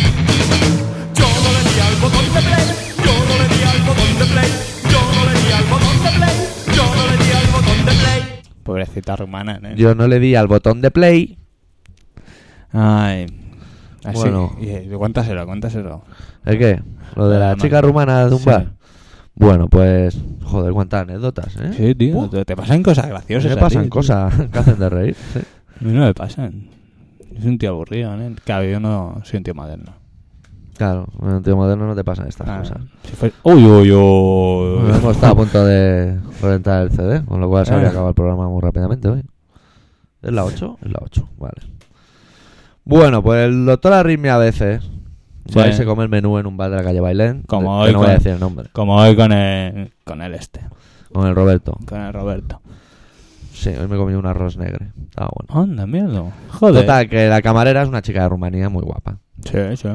Speaker 3: no le di al botón de play, yo no le di al botón de play, yo no le di al botón de play, yo no le di al botón de play.
Speaker 2: Pobrecita rumana, ¿eh?
Speaker 1: Yo no le di al botón de play.
Speaker 2: Ay. Así.
Speaker 1: Bueno.
Speaker 2: Y- y cuéntaselo, cuéntaselo.
Speaker 1: ¿El qué? Lo de la
Speaker 2: Rumana.
Speaker 1: chica rumana de un
Speaker 2: Sí.
Speaker 1: bar. Bueno, pues. Joder, cuántas anécdotas, ¿eh?
Speaker 2: Sí, tío.
Speaker 1: Uf,
Speaker 2: te- Te pasan cosas graciosas.
Speaker 1: me
Speaker 2: a ti,
Speaker 1: pasan
Speaker 2: tío.
Speaker 1: cosas que hacen de reír. sí.
Speaker 2: A mí no me pasan. Es un tío aburrido, ¿eh? Claro, yo no soy un tío moderno.
Speaker 1: Claro, en un tío moderno no te pasan estas
Speaker 2: Ah,
Speaker 1: cosas.
Speaker 2: si fue- Uy, uy, uy.
Speaker 1: Bueno, hemos estado a punto de reventar el CD, con lo cual se habría
Speaker 2: Ah.
Speaker 1: acabado el programa muy rápidamente hoy. ¿Es la 8? Es la 8, vale. Bueno, pues el doctor Arritmia a veces
Speaker 2: Sí.
Speaker 1: va y se come el menú en un bar de la calle Bailén.
Speaker 2: Como
Speaker 1: de- que
Speaker 2: hoy
Speaker 1: no voy a
Speaker 2: con-
Speaker 1: decir el nombre.
Speaker 2: Como hoy con el, con el este,
Speaker 1: Con el Roberto.
Speaker 2: con el Roberto.
Speaker 1: Sí, hoy me comí un arroz negro. Estaba bueno.
Speaker 2: Anda, mierda. Joder.
Speaker 1: Total, que la camarera es una chica de Rumanía muy guapa.
Speaker 2: Sí, sí.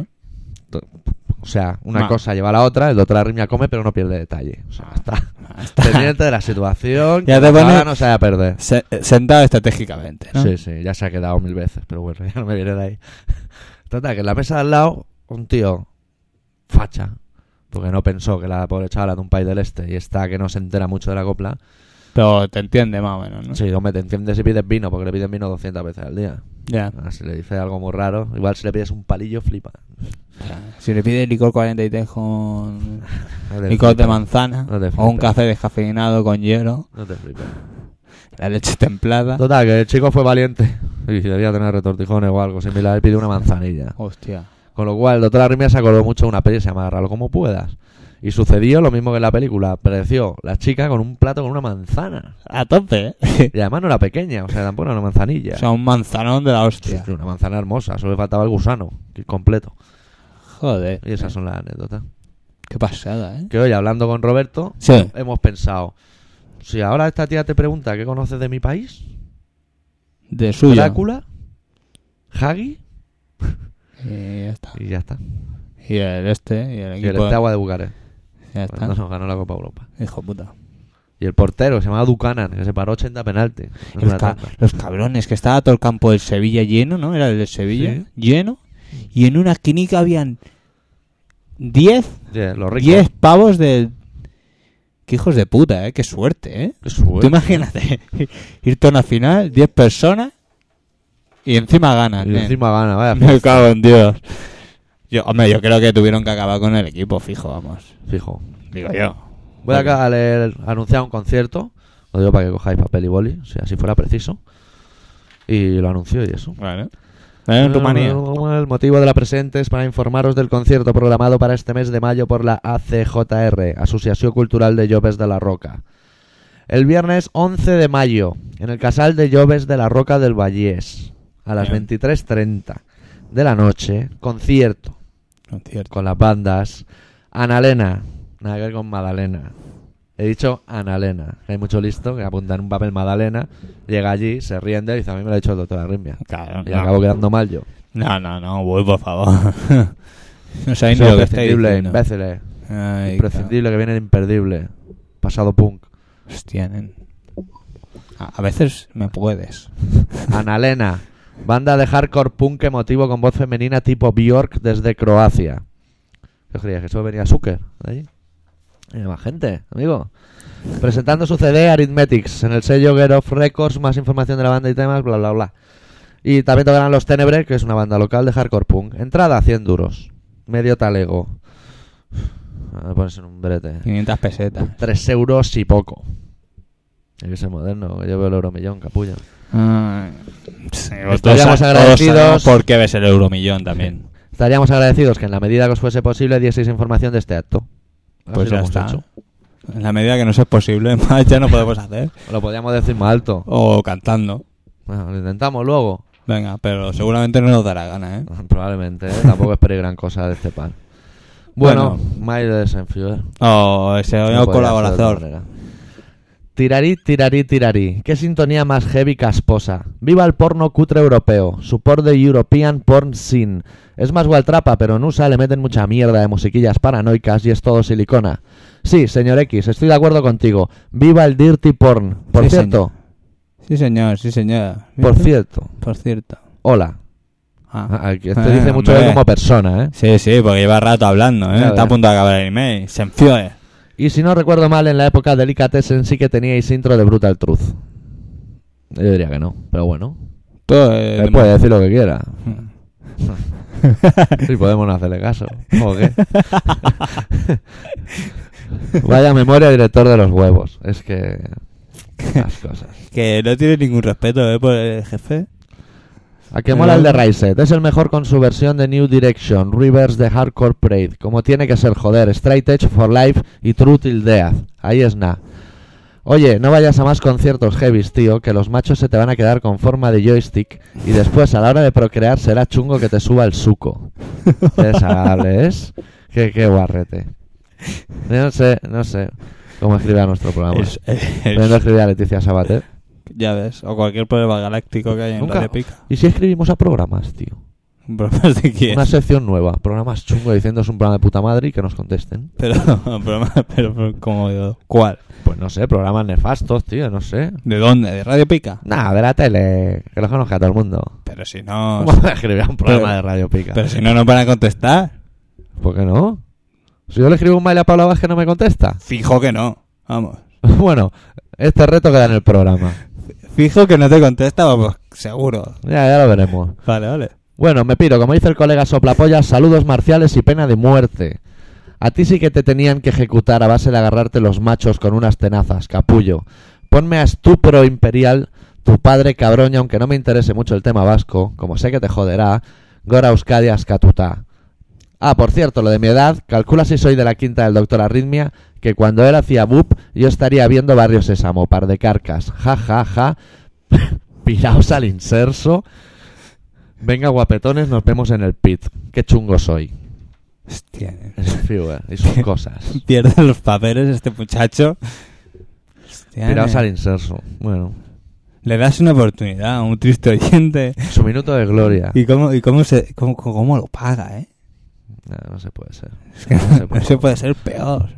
Speaker 1: O sea, una
Speaker 2: Ma.
Speaker 1: cosa lleva a la otra, el doctor Arritmia come, pero no pierde detalle. O sea, está
Speaker 2: Ah, está.
Speaker 1: pendiente de la situación,
Speaker 2: Ya
Speaker 1: que la
Speaker 2: te pone-
Speaker 1: cara no se vaya a perder.
Speaker 2: Se- eh, sentado estratégicamente, ¿no?
Speaker 1: Sí, sí, ya se ha quedado mil veces, pero bueno, ya no me viene de ahí. Total, que en la mesa de al lado, un tío facha, porque no pensó que la pobre chavala de un país del este y está que no se entera mucho de la copla.
Speaker 2: Pero te entiende más o menos, ¿no?
Speaker 1: Sí, hombre, te enciendes y pides vino, porque le piden vino 200 veces al día.
Speaker 2: Ya.
Speaker 1: Ah, Si le dices algo muy raro, igual si le pides un palillo, flipa.
Speaker 2: Si le pides licor 43 con
Speaker 1: No te
Speaker 2: licor de
Speaker 1: flipa.
Speaker 2: manzana
Speaker 1: No te
Speaker 2: o un
Speaker 1: flipa.
Speaker 2: café descafeinado con hielo,
Speaker 1: No te flipes.
Speaker 2: la leche templada.
Speaker 1: Total, que el chico fue valiente y debía tener retortijones o algo similar y pidió una manzanilla.
Speaker 2: Hostia.
Speaker 1: Con lo cual, el doctor Arrimia se acordó mucho de una peli que se llama Agárralo como puedas. Y sucedió lo mismo que en la película. Apareció la chica con un plato con una manzana.
Speaker 2: A tope, ¿eh?
Speaker 1: Y además no era pequeña, o sea, tampoco era una manzanilla.
Speaker 2: O sea, un manzanón de la hostia.
Speaker 1: Sí, una manzana hermosa, solo le faltaba el gusano, que es completo.
Speaker 2: Joder.
Speaker 1: Y esas son las anécdotas.
Speaker 2: Qué pasada, ¿eh?
Speaker 1: Que hoy, hablando con Roberto,
Speaker 2: Sí.
Speaker 1: hemos pensado: si ahora esta tía te pregunta qué conoces de mi país,
Speaker 2: De suyo.
Speaker 1: Drácula, Hagi,
Speaker 2: Y ya está.
Speaker 1: y ya está.
Speaker 2: Y el este, y el
Speaker 1: Y el
Speaker 2: equipo.
Speaker 1: este agua de Bucarest.
Speaker 2: Ya está.
Speaker 1: Cuando nos ganó la Copa Europa.
Speaker 2: Hijo puta.
Speaker 1: Y el portero, que se llamaba Ducanan, que se paró 80 penaltis. en
Speaker 2: Los,
Speaker 1: una
Speaker 2: ca-
Speaker 1: tanda.
Speaker 2: los cabrones, que estaba todo el campo del Sevilla lleno, ¿no? Era el del Sevilla,
Speaker 1: Sí.
Speaker 2: lleno. Y en una esquinica habían 10,
Speaker 1: Yeah, los ricos.
Speaker 2: 10 pavos de... Qué hijos de puta, ¿eh? Qué suerte, ¿eh?
Speaker 1: Qué suerte.
Speaker 2: Tú imagínate irte a una final, 10 personas y encima ganan.
Speaker 1: Y
Speaker 2: nen.
Speaker 1: encima gana, vaya.
Speaker 2: Me cago en Dios. Yo, hombre, yo creo que tuvieron que acabar con el equipo, fijo, vamos.
Speaker 1: Fijo.
Speaker 2: Digo yo.
Speaker 1: Voy acá a leer, a anunciar un concierto. Lo digo para que cojáis papel y boli, si así fuera preciso. Y lo anuncio y eso.
Speaker 2: Vale. Dale en Rumanía.
Speaker 1: El motivo de la presente es para informaros del concierto programado para este mes de mayo por la ACJR, Asociación Cultural de Joves de la Roca. El viernes 11 de mayo, en el Casal de Joves de la Roca del Vallés, a las
Speaker 2: Bien.
Speaker 1: 23.30 de la noche, concierto
Speaker 2: Concierto.
Speaker 1: con las bandas. Analena, nada que ver con Madalena. He dicho Analena. Hay mucho listo que apunta en un papel Madalena, llega allí, se ríen de él y dice, a mí me lo ha hecho el doctor Arrimia.
Speaker 2: Ah, Claro,
Speaker 1: Y
Speaker 2: no.
Speaker 1: acabo quedando mal yo.
Speaker 2: No, no, no, voy, por favor. no sabéis ni
Speaker 1: Soy
Speaker 2: lo que estáis
Speaker 1: imprescindible,
Speaker 2: diciendo.
Speaker 1: imbéciles.
Speaker 2: Ay,
Speaker 1: Imprescindible que viene de imperdible. Pasado punk.
Speaker 2: cabrón. Hostia, nen. A, a veces me puedes.
Speaker 1: Analena, banda de hardcore punk emotivo con voz femenina tipo Bjork desde Croacia. ¿Qué os creíais? ¿Que solo venía Zucker de allí? Hay más gente, amigo. Presentando su CD Arithmetics en el sello Get Off Records, más información de la banda y temas, bla, bla, bla. Y también tocarán Los Tenebres, que es una banda local de hardcore punk. Entrada 100 duros. Medio talego. A ponerse en un brete.
Speaker 2: 500 pesetas.
Speaker 1: 3 euros y poco. Hay que ser moderno, que yo veo el euromillón, capullo.
Speaker 2: Ay, Ah, sí, vosotros
Speaker 1: Estaríamos
Speaker 2: sa- todos
Speaker 1: agradecidos.
Speaker 2: sabemos ¿Por qué ves el euromillón también?
Speaker 1: Estaríamos agradecidos que en la medida que os fuese posible dieseis información de este acto. Así
Speaker 2: Pues
Speaker 1: lo
Speaker 2: ya
Speaker 1: hemos
Speaker 2: está.
Speaker 1: hecho.
Speaker 2: En la medida que nos es posible, más ya no podemos hacer.
Speaker 1: Lo podíamos decir más alto.
Speaker 2: O cantando.
Speaker 1: Bueno, lo intentamos luego.
Speaker 2: Venga, pero seguramente no nos dará gana, ¿eh?
Speaker 1: Probablemente, ¿eh? tampoco esperéis gran cosa de este pan. Bueno,
Speaker 2: Bueno.
Speaker 1: Miles and Fuel.
Speaker 2: O ese
Speaker 1: No podía hacer
Speaker 2: nuevo
Speaker 1: de otra
Speaker 2: colaborador.
Speaker 1: manera. Tirarí, tirarí, tirarí. Qué sintonía más heavy casposa. Viva el porno cutre europeo. Support the European Porn Scene. Es más gualtrapa, pero en USA le meten mucha mierda de musiquillas paranoicas y es todo silicona. Sí, señor X, estoy de acuerdo contigo. Viva el dirty porn. Por
Speaker 2: Sí,
Speaker 1: cierto,
Speaker 2: Sí, señor, sí, señor.
Speaker 1: por cierto.
Speaker 2: Por cierto.
Speaker 1: Hola.
Speaker 2: Ah.
Speaker 1: Ah, que Esto
Speaker 2: Ah,
Speaker 1: dice mucho de él
Speaker 2: hombre.
Speaker 1: como persona, ¿eh?
Speaker 2: Sí, sí, porque lleva rato hablando, ¿eh?
Speaker 1: Ya
Speaker 2: Está a
Speaker 1: ves.
Speaker 2: punto de acabar el email. Se enfió, ¿eh?
Speaker 1: Y si no recuerdo mal, en la época de Delicatessen sí que teníais intro de Brutal Truth. Yo diría que no, pero bueno.
Speaker 2: Todo eh,
Speaker 1: Él
Speaker 2: de-
Speaker 1: puede decir lo que quiera. Si podemos no hacerle caso. ¿O qué? Vaya memoria, director de los huevos. Es que. Las cosas.
Speaker 2: que no tiene ningún respeto, ¿eh? Por el jefe.
Speaker 1: A que mola el de Raiset. Es el mejor con su versión de New Direction, Reverse de Hardcore Parade. Como tiene que ser, joder. Straight Edge for Life y True Till Death. Ahí es na. Oye, no vayas a más conciertos heavies, tío, que los machos se te van a quedar con forma de joystick y después a la hora de procrear será chungo que te suba el suco. Qué desagradable es. Qué, qué guarrete. Yo no sé, no sé cómo escribe a nuestro programa.
Speaker 2: Es- es-
Speaker 1: Pero no escribe a Leticia Sabater.
Speaker 2: ya ves, o cualquier problema galáctico que haya en
Speaker 1: Nunca.
Speaker 2: Radio Pica.
Speaker 1: ¿Y si escribimos a programas, tío?
Speaker 2: ¿Bromas de quién?
Speaker 1: Una sección nueva, programas chungo diciendo es un programa de puta madre y que nos contesten.
Speaker 2: Pero, bromas, pero, pero como yo. ¿Cuál?
Speaker 1: Pues no sé, programas nefastos, tío, no sé.
Speaker 2: ¿De dónde? ¿De Radio Pica?
Speaker 1: Nada, de la tele, que los conozca todo el mundo.
Speaker 2: Pero si no...
Speaker 1: ¿Cómo voy a escribir a un programa
Speaker 2: Pero-
Speaker 1: de Radio Pica?
Speaker 2: Pero si no nos van a contestar.
Speaker 1: ¿Por qué no? Si yo le escribo un mail a Paula Vázquez, no me contesta.
Speaker 2: Fijo que no. Vamos.
Speaker 1: bueno, este reto queda en el programa.
Speaker 2: Fijo que no te contesta, vamos, seguro.
Speaker 1: Ya, ya lo veremos.
Speaker 2: Vale, vale.
Speaker 1: Bueno, me piro, como dice el colega Soplapollas, saludos marciales y pena de muerte. A ti sí que te tenían que ejecutar a base de agarrarte los machos con unas tenazas, capullo. Ponme a estupro imperial, tu padre cabrón, y aunque no me interese mucho el tema vasco, como sé que te joderá, Gora Euskadi Ascatutá. Ah, por cierto, lo de mi edad, calcula si soy de la quinta del doctor Arritmia, que cuando él hacía bup, yo estaría viendo Barrio Sésamo, par de carcas. Ja, ja, ja. Piraos al inserso. Venga, guapetones, nos vemos en el pit. Qué chungo soy.
Speaker 2: Hostia.
Speaker 1: En fin, y sus cosas.
Speaker 2: Pierde los papeles este muchacho. Hostia,
Speaker 1: Piraos
Speaker 2: eh.
Speaker 1: al inserso. Bueno,
Speaker 2: Le das una oportunidad a un triste oyente.
Speaker 1: su minuto de gloria.
Speaker 2: ¿Y cómo, y cómo, se, cómo, cómo lo paga, eh?
Speaker 1: No, Ah, no se puede ser.
Speaker 2: Es que
Speaker 1: No se
Speaker 2: no,
Speaker 1: puede.
Speaker 2: se puede ser peor.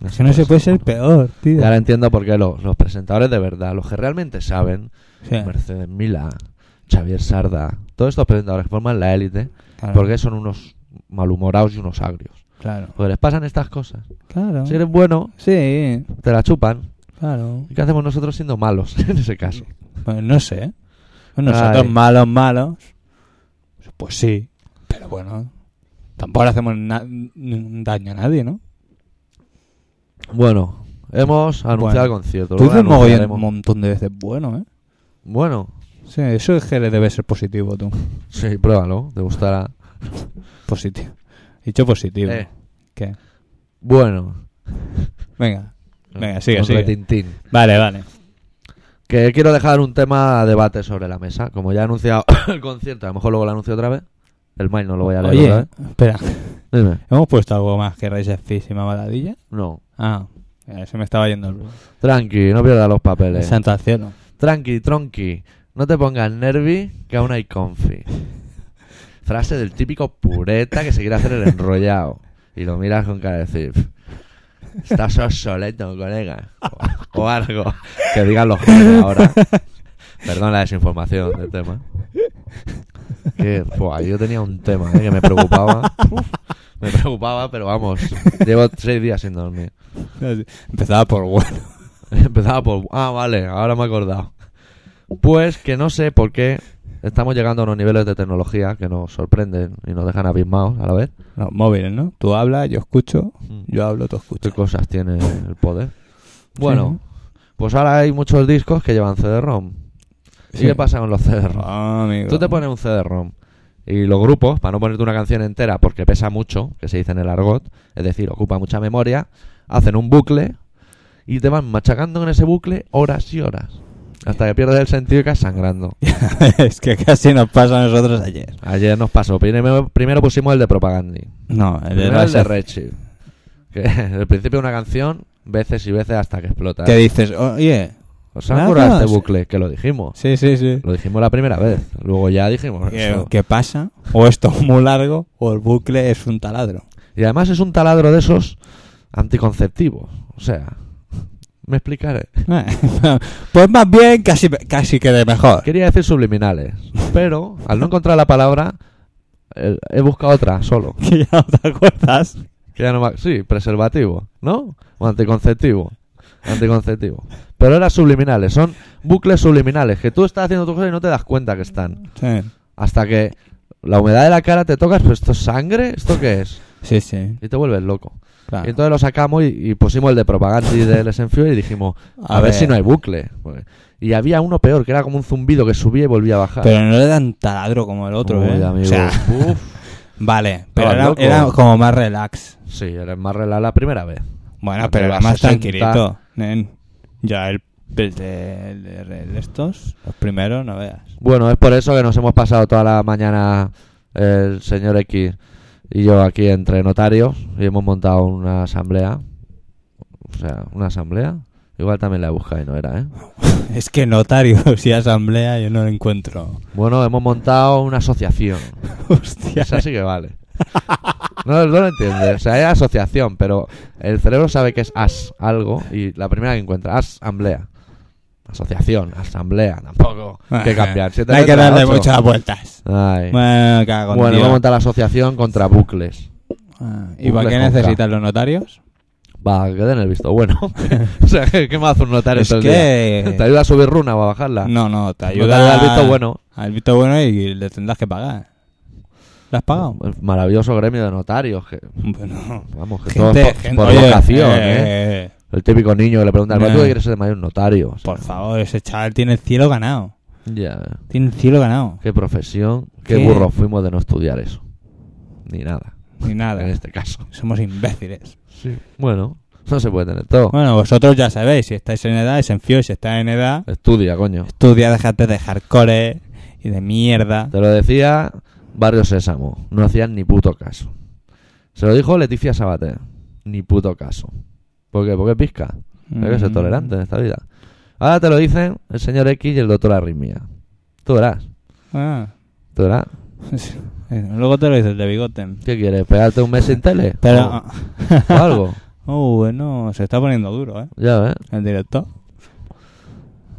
Speaker 1: No
Speaker 2: Es que no se puede ser peor, tío.
Speaker 1: Y ahora entiendo por qué los, los presentadores de verdad, los que realmente saben,
Speaker 2: O sea,
Speaker 1: Mercedes Mila, Xavier Sarda, todos estos presentadores que forman la élite,
Speaker 2: claro,
Speaker 1: porque son unos malhumorados y unos agrios.
Speaker 2: Claro.
Speaker 1: Porque les pasan estas cosas.
Speaker 2: Claro.
Speaker 1: Si eres bueno,
Speaker 2: Sí,
Speaker 1: te la chupan.
Speaker 2: claro.
Speaker 1: ¿Y qué hacemos nosotros siendo malos en ese caso?
Speaker 2: Pues no sé. Nosotros
Speaker 1: Ay.
Speaker 2: malos, malos. Pues sí. Pero bueno. Tampoco le hacemos na- n- daño a nadie, ¿no?
Speaker 1: Bueno, hemos anunciado el concierto.
Speaker 2: Tú
Speaker 1: luego
Speaker 2: dices mogollón
Speaker 1: anunciaremos.
Speaker 2: un montón de veces bueno, ¿eh?
Speaker 1: Bueno,
Speaker 2: Sí, eso es que le debe ser positivo, tú.
Speaker 1: sí, pruébalo, te gustará.
Speaker 2: Positivo. Dicho positivo.
Speaker 1: Eh,
Speaker 2: ¿Qué?
Speaker 1: bueno,
Speaker 2: Venga. Venga, sigue,
Speaker 1: un
Speaker 2: sigue.
Speaker 1: retintín.
Speaker 2: Vale, vale.
Speaker 1: Que quiero dejar un tema a debate sobre la mesa. Como ya he anunciado el concierto, a lo mejor luego lo anuncio otra vez. El mail no lo voy a leer otra
Speaker 2: Oye,
Speaker 1: vez.
Speaker 2: espera.
Speaker 1: Dime.
Speaker 2: ¿Hemos puesto algo más que Rise of Peace y Mamadadilla?
Speaker 1: No.
Speaker 2: Ah, eh, se me estaba yendo el...
Speaker 1: Tranqui, no pierdas los papeles.
Speaker 2: Santo al cielo.
Speaker 1: Tranqui, tronqui. No te pongas nervi, que aún hay confi. Frase del típico pureta que se quiere hacer el enrollado. Y lo miras con cara de decir... Estás obsoleto, colega. O, o algo. Que digan los jóvenes ahora. Perdón la desinformación del tema. Que, buah, yo tenía un tema eh, que me preocupaba. Uf, me preocupaba, pero vamos. Llevo seis días sin dormir.
Speaker 2: Empezaba por bueno.
Speaker 1: Empezaba por... Ah, vale, ahora me he acordado. Pues que no sé por qué estamos llegando a unos niveles de tecnología que nos sorprenden y nos dejan abismados a la vez.
Speaker 2: Los móviles, ¿no? Tú hablas, yo escucho,
Speaker 1: Mm.
Speaker 2: yo hablo, tú
Speaker 1: ¿Qué
Speaker 2: escuchas.
Speaker 1: cosas tiene el poder? Bueno, pues ahora hay muchos discos que llevan CD-ROM. ¿Y
Speaker 2: Sí.
Speaker 1: qué pasa con los CD-ROM?
Speaker 2: Ah, amigo.
Speaker 1: Tú te pones un CD-ROM y los grupos, para no ponerte una canción entera porque pesa mucho, que se dice en el argot, es decir, ocupa mucha memoria, hacen un bucle y te van machacando en ese bucle horas y horas. Hasta que pierdes el sentido y caes sangrando.
Speaker 2: es que casi nos pasa a nosotros ayer.
Speaker 1: Ayer nos pasó. Primero, primero pusimos el de Propagandi.
Speaker 2: No, el de
Speaker 1: Primero el
Speaker 2: Rise
Speaker 1: de
Speaker 2: of-
Speaker 1: Rechi. Que el principio de una canción, veces y veces hasta que explota.
Speaker 2: Que dices, oye,
Speaker 1: ¿Os han
Speaker 2: nada,
Speaker 1: curado este
Speaker 2: sí.
Speaker 1: bucle? Que lo dijimos.
Speaker 2: sí, sí, sí.
Speaker 1: Lo dijimos la primera vez. Luego ya dijimos
Speaker 2: ¿Qué,
Speaker 1: eso.
Speaker 2: qué pasa? O esto es muy largo, o el bucle es un taladro.
Speaker 1: Y además es un taladro de esos anticonceptivos. O sea, me explicaré.
Speaker 2: Eh, pues más bien, casi, casi que de mejor.
Speaker 1: Quería decir subliminales, pero al no encontrar la palabra, eh, he buscado otra solo.
Speaker 2: Que ya no te acuerdas.
Speaker 1: Que ya no me- sí, preservativo, ¿no? O anticonceptivo. Anticonceptivo. Pero eran subliminales, son bucles subliminales, que tú estás haciendo tu cosa y no te das cuenta que están.
Speaker 2: Sí,
Speaker 1: Hasta que la humedad de la cara te tocas, pero esto es sangre, ¿esto qué es?
Speaker 2: sí, sí,
Speaker 1: Y te vuelves loco.
Speaker 2: claro.
Speaker 1: Y entonces lo sacamos y, y pusimos el de Propaganda y de Les Fury y dijimos, a,
Speaker 2: A
Speaker 1: ver.
Speaker 2: ver.
Speaker 1: si no hay bucle. Porque- Y había uno peor, que era como un zumbido que subía y volvía a bajar.
Speaker 2: Pero no le dan taladro como el otro,
Speaker 1: Uy,
Speaker 2: ¿eh?
Speaker 1: amigo.
Speaker 2: O sea,
Speaker 1: Uf.
Speaker 2: vale, pero
Speaker 1: Estabas
Speaker 2: era,
Speaker 1: loco.
Speaker 2: era como más relax.
Speaker 1: Sí, eres más relajado la primera vez.
Speaker 2: Bueno,
Speaker 1: Cuando
Speaker 2: pero
Speaker 1: era
Speaker 2: era más
Speaker 1: 60.
Speaker 2: tranquilito, nen. Ya el, el de, el de- el de estos, los primeros, no veas.
Speaker 1: Bueno, es por eso que nos hemos pasado toda la mañana el señor X y yo aquí entre notarios y hemos montado una asamblea. O sea, una asamblea. Igual también la he buscado y no era, ¿eh?
Speaker 2: Es que notarios y asamblea yo no lo encuentro.
Speaker 1: Bueno, hemos montado una asociación.
Speaker 2: Hostia.
Speaker 1: Esa sí que vale. No, no lo entiendes. O sea, hay asociación, pero el cerebro sabe que es as, algo, y la primera que encuentra, asamblea. Asociación, asamblea, tampoco. Hay que cambiar. Siete
Speaker 2: eh, Ah, No hay que
Speaker 1: letras,
Speaker 2: darle
Speaker 1: ocho.
Speaker 2: muchas vueltas.
Speaker 1: Ay.
Speaker 2: Bueno, cago en
Speaker 1: Bueno,
Speaker 2: Dios.
Speaker 1: vamos a montar la asociación contra bucles.
Speaker 2: Ah, ¿Y
Speaker 1: Google
Speaker 2: para qué
Speaker 1: con K.
Speaker 2: necesitan los notarios?
Speaker 1: Va, que den el visto bueno. o sea, ¿qué, qué más hace un notario
Speaker 2: Es
Speaker 1: todo el
Speaker 2: que-
Speaker 1: día? ¿Te ayuda a subir runa o a bajarla?
Speaker 2: No, no, te
Speaker 1: No te
Speaker 2: ayuda
Speaker 1: da el visto bueno.
Speaker 2: Al visto bueno y le tendrás que pagar. ¿La has pagado?
Speaker 1: El Pues, Maravilloso gremio de notarios. Que,
Speaker 2: Bueno,
Speaker 1: vamos, que todo Pues por, por
Speaker 2: oye,
Speaker 1: vocación, ¿eh?
Speaker 2: eh,
Speaker 1: El típico niño que le pregunta, ¿para
Speaker 2: Eh.
Speaker 1: tú qué quieres ser de mayor notario? O sea,
Speaker 2: Por favor, ese chaval tiene el cielo ganado.
Speaker 1: Ya.
Speaker 2: Tiene el cielo ganado.
Speaker 1: Qué profesión, qué,
Speaker 2: ¿Qué?
Speaker 1: burros fuimos de no estudiar eso. Ni nada,
Speaker 2: Ni
Speaker 1: en
Speaker 2: nada.
Speaker 1: este caso.
Speaker 2: Somos imbéciles.
Speaker 1: Bueno, no se puede tener todo.
Speaker 2: Bueno, vosotros ya sabéis, si estáis en edad, es en fío, si estáis en edad,
Speaker 1: Estudia, coño.
Speaker 2: estudia, déjate de hardcore y de mierda.
Speaker 1: Te lo decía Barrio Sésamo. No hacían ni puto caso. Se lo dijo Leticia Sabater. Ni puto caso. ¿Por qué? Porque pizca. Hay que ser
Speaker 2: Mm.
Speaker 1: tolerante en esta vida. Ahora te lo dicen el señor X y el doctor Arritmia. Tú verás.
Speaker 2: Ah. Eh,
Speaker 1: Tú verás.
Speaker 2: Luego te lo dices de bigote.
Speaker 1: ¿Qué quieres? ¿Pegarte un mes sin tele?
Speaker 2: Pero.
Speaker 1: O, o algo.
Speaker 2: Oh, bueno, se está poniendo duro, ¿eh?
Speaker 1: Ya ves.
Speaker 2: El director.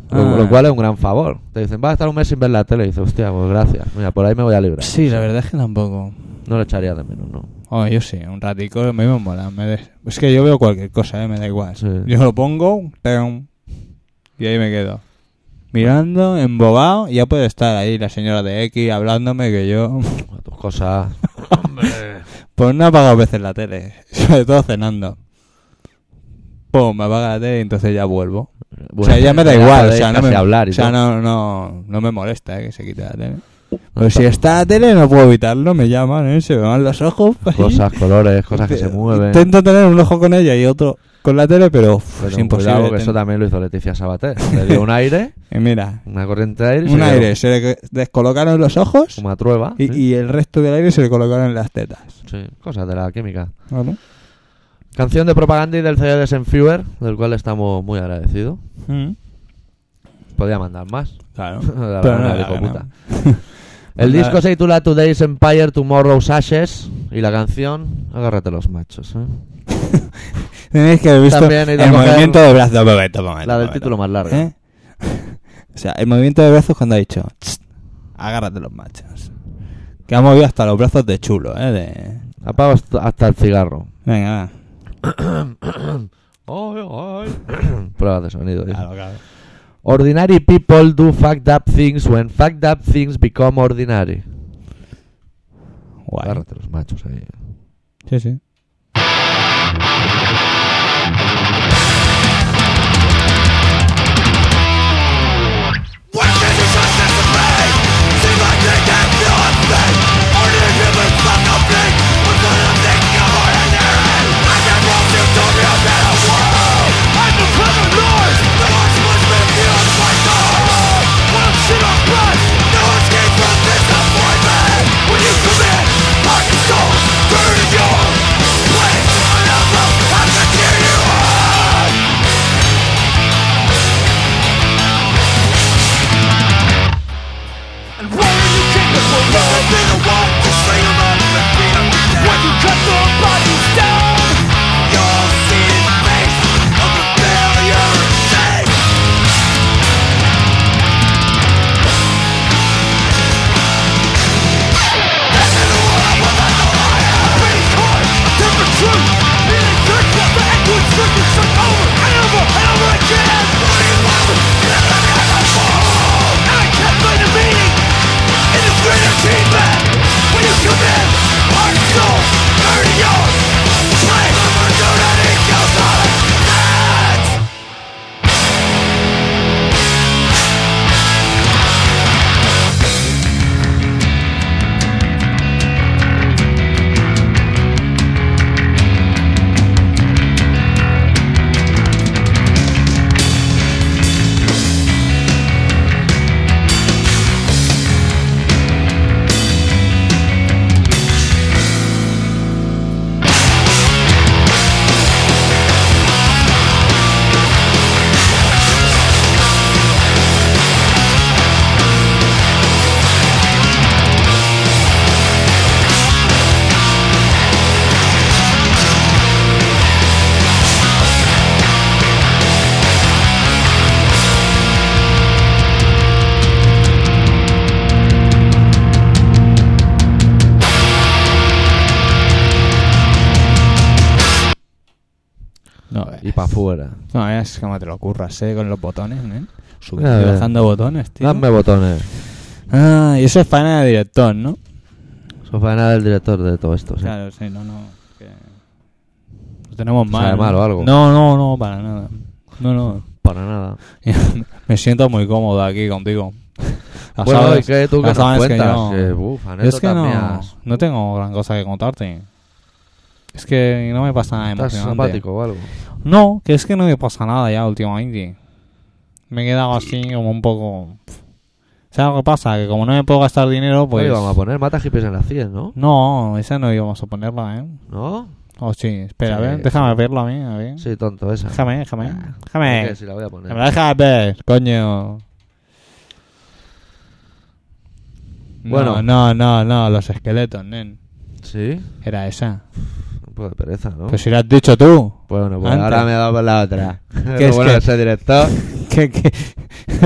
Speaker 1: Lo,
Speaker 2: Ah.
Speaker 1: lo cual es un gran favor. Te dicen, vas a estar un mes sin ver la tele. Y dices, hostia, pues gracias. Mira, por ahí me voy a librar.
Speaker 2: Sí, la verdad es que tampoco.
Speaker 1: No lo echaría de menos, ¿no?
Speaker 2: Oh, yo sí, un ratico a mí me mola. me des- Es que yo veo cualquier cosa, ¿eh? me da igual.
Speaker 1: Sí.
Speaker 2: Yo lo pongo, ¡tem! y ahí me quedo. Mirando, embobado, y ya puede estar ahí la señora de X hablándome que yo...
Speaker 1: A tus cosas.
Speaker 2: Pues no he apagado veces la tele, sobre todo cenando. Pum, me apaga la tele y entonces ya vuelvo. o sea, ya me da igual, o sea, no me,
Speaker 1: hablar y
Speaker 2: o sea,
Speaker 1: todo.
Speaker 2: no, no, no me molesta eh, que se quite la tele. Pues si está la tele no puedo evitarlo, me llaman, ¿eh? se me van los ojos.
Speaker 1: Cosas, colores, cosas que se mueven.
Speaker 2: Intento tener un ojo con ella y otro con la tele, pero uf,
Speaker 1: Pero
Speaker 2: es
Speaker 1: ten
Speaker 2: imposible.
Speaker 1: cuidado, que
Speaker 2: ten-
Speaker 1: eso también lo hizo Leticia Sabater. Le dio un aire,
Speaker 2: Eh, mira,
Speaker 1: una corriente de aire. y se
Speaker 2: un
Speaker 1: quedó
Speaker 2: aire, se le que- descolocaron los ojos
Speaker 1: Una trueba.
Speaker 2: y,
Speaker 1: sí.
Speaker 2: y el resto del aire se le colocaron las tetas.
Speaker 1: Sí, cosas de la química.
Speaker 2: Bueno.
Speaker 1: Canción de propaganda y del CD de Senfuer, del cual estamos muy agradecidos.
Speaker 2: Mm.
Speaker 1: Podría mandar más.
Speaker 2: Claro.
Speaker 1: La
Speaker 2: Pero
Speaker 1: verdad,
Speaker 2: no,
Speaker 1: hijo
Speaker 2: la
Speaker 1: puta.
Speaker 2: Mandar-
Speaker 1: El disco se titula Today's Empire, Tomorrow's Ashes. Y la canción, Agárrate los machos. ¿eh?
Speaker 2: Tenéis que haber visto
Speaker 1: También he ido a
Speaker 2: el
Speaker 1: coger-
Speaker 2: movimiento de brazos. Un momento, un momento,
Speaker 1: La
Speaker 2: un
Speaker 1: del
Speaker 2: momento.
Speaker 1: título más largo.
Speaker 2: ¿Eh? O sea, el movimiento de brazos cuando ha dicho, "Tss, agárrate los machos. Que ha movido hasta los brazos de chulo, ¿eh? De...
Speaker 1: Apago hasta- hasta el cigarro.
Speaker 2: Venga,
Speaker 1: Pruebas de sonido.
Speaker 2: va.
Speaker 1: dice.
Speaker 2: Claro, claro.
Speaker 1: Ordinary people do fucked up things when fucked up things become ordinary.
Speaker 2: Guay.
Speaker 1: Agárrate los machos ahí.
Speaker 2: Sí, sí.
Speaker 4: Burn your place, another at the
Speaker 1: Y para afuera.
Speaker 2: No, eh, es como te lo curras, ¿eh? Con los botones, ¿eh?
Speaker 1: A
Speaker 2: Subiendo y
Speaker 1: ver.
Speaker 2: bajando botones, tío.
Speaker 1: Dame botones.
Speaker 2: Ah, y eso es faena de director, ¿no?
Speaker 1: Eso fue nada del director de todo esto, ¿eh? sí.
Speaker 2: Claro, sí, no, no. que- Lo tenemos mal.
Speaker 1: sabe
Speaker 2: ¿no?
Speaker 1: mal o algo?
Speaker 2: No, no, no, para nada. No, no.
Speaker 1: Para nada.
Speaker 2: Me siento muy cómodo aquí contigo. Ya
Speaker 1: bueno,
Speaker 2: sabes-
Speaker 1: ¿y qué tú
Speaker 2: ya
Speaker 1: que nos
Speaker 2: sabes que
Speaker 1: cuentas?
Speaker 2: yo-
Speaker 1: Que, uf,
Speaker 2: Yo es que
Speaker 1: anécdotas
Speaker 2: no,
Speaker 1: mías.
Speaker 2: no tengo gran cosa que contarte. Es que no me pasa nada
Speaker 1: ¿Estás
Speaker 2: emocionante.
Speaker 1: simpático o algo?
Speaker 2: No, que es que no me pasa nada ya últimamente. Me he quedado así como un poco... ¿Sabes lo que pasa? Que como no me puedo gastar dinero,
Speaker 1: Pues...
Speaker 2: pues...
Speaker 1: vamos a poner mata hippies en las 100, ¿no?
Speaker 2: No, esa no íbamos a ponerla, ¿eh?
Speaker 1: ¿No?
Speaker 2: Oh, sí, espera,
Speaker 1: Sí,
Speaker 2: a ver,
Speaker 1: sí.
Speaker 2: déjame verla a mí, a ver.
Speaker 1: Sí, tonto, esa.
Speaker 2: Déjame, déjame,
Speaker 1: Ah,
Speaker 2: déjame.
Speaker 1: ok, sí, la voy a poner.
Speaker 2: Que me Em, la dejas ver, coño.
Speaker 1: Bueno.
Speaker 2: No, no, no, no, los esqueletos, nen.
Speaker 1: Sí,
Speaker 2: Era esa.
Speaker 1: un poco de pereza, ¿no?
Speaker 2: Pues si lo has dicho tú.
Speaker 1: Bueno, pues
Speaker 2: Antes.
Speaker 1: ahora me he dado por la otra.
Speaker 2: Que
Speaker 1: Qué
Speaker 2: es
Speaker 1: bueno
Speaker 2: que-
Speaker 1: de ser director.
Speaker 2: que, que-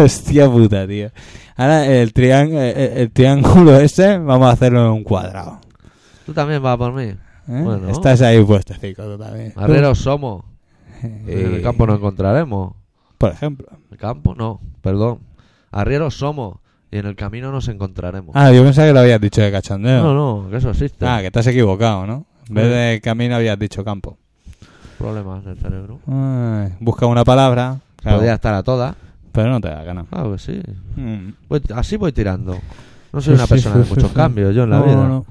Speaker 2: Hostia puta, tío. Ahora el, trián- eh, eh, el triángulo ese vamos a hacerlo en un cuadrado.
Speaker 1: Tú también vas por mí.
Speaker 2: ¿eh?
Speaker 1: Bueno.
Speaker 2: Estás ahí puesto, chico, tú también.
Speaker 1: Barreros somos.
Speaker 2: Eh,
Speaker 1: En el campo nos encontraremos.
Speaker 2: Por ejemplo.
Speaker 1: En el campo no, perdón. Arrieros somos y en el camino nos encontraremos.
Speaker 2: Ah, yo pensaba que lo habías dicho de cachondeo.
Speaker 1: no, no, que eso existe.
Speaker 2: Ah, que te has equivocado, ¿no? En vez de camino habías dicho campo.
Speaker 1: Problemas del cerebro.
Speaker 2: Ay, busca una palabra, claro,
Speaker 1: Podría estar a todas.
Speaker 2: pero no te da gana.
Speaker 1: Claro que sí.
Speaker 2: Mm.
Speaker 1: Voy- así voy tirando. No soy
Speaker 2: Sí,
Speaker 1: una
Speaker 2: sí,
Speaker 1: persona
Speaker 2: sí,
Speaker 1: de
Speaker 2: sí,
Speaker 1: muchos
Speaker 2: sí.
Speaker 1: cambios yo en la
Speaker 2: No,
Speaker 1: vida.
Speaker 2: no.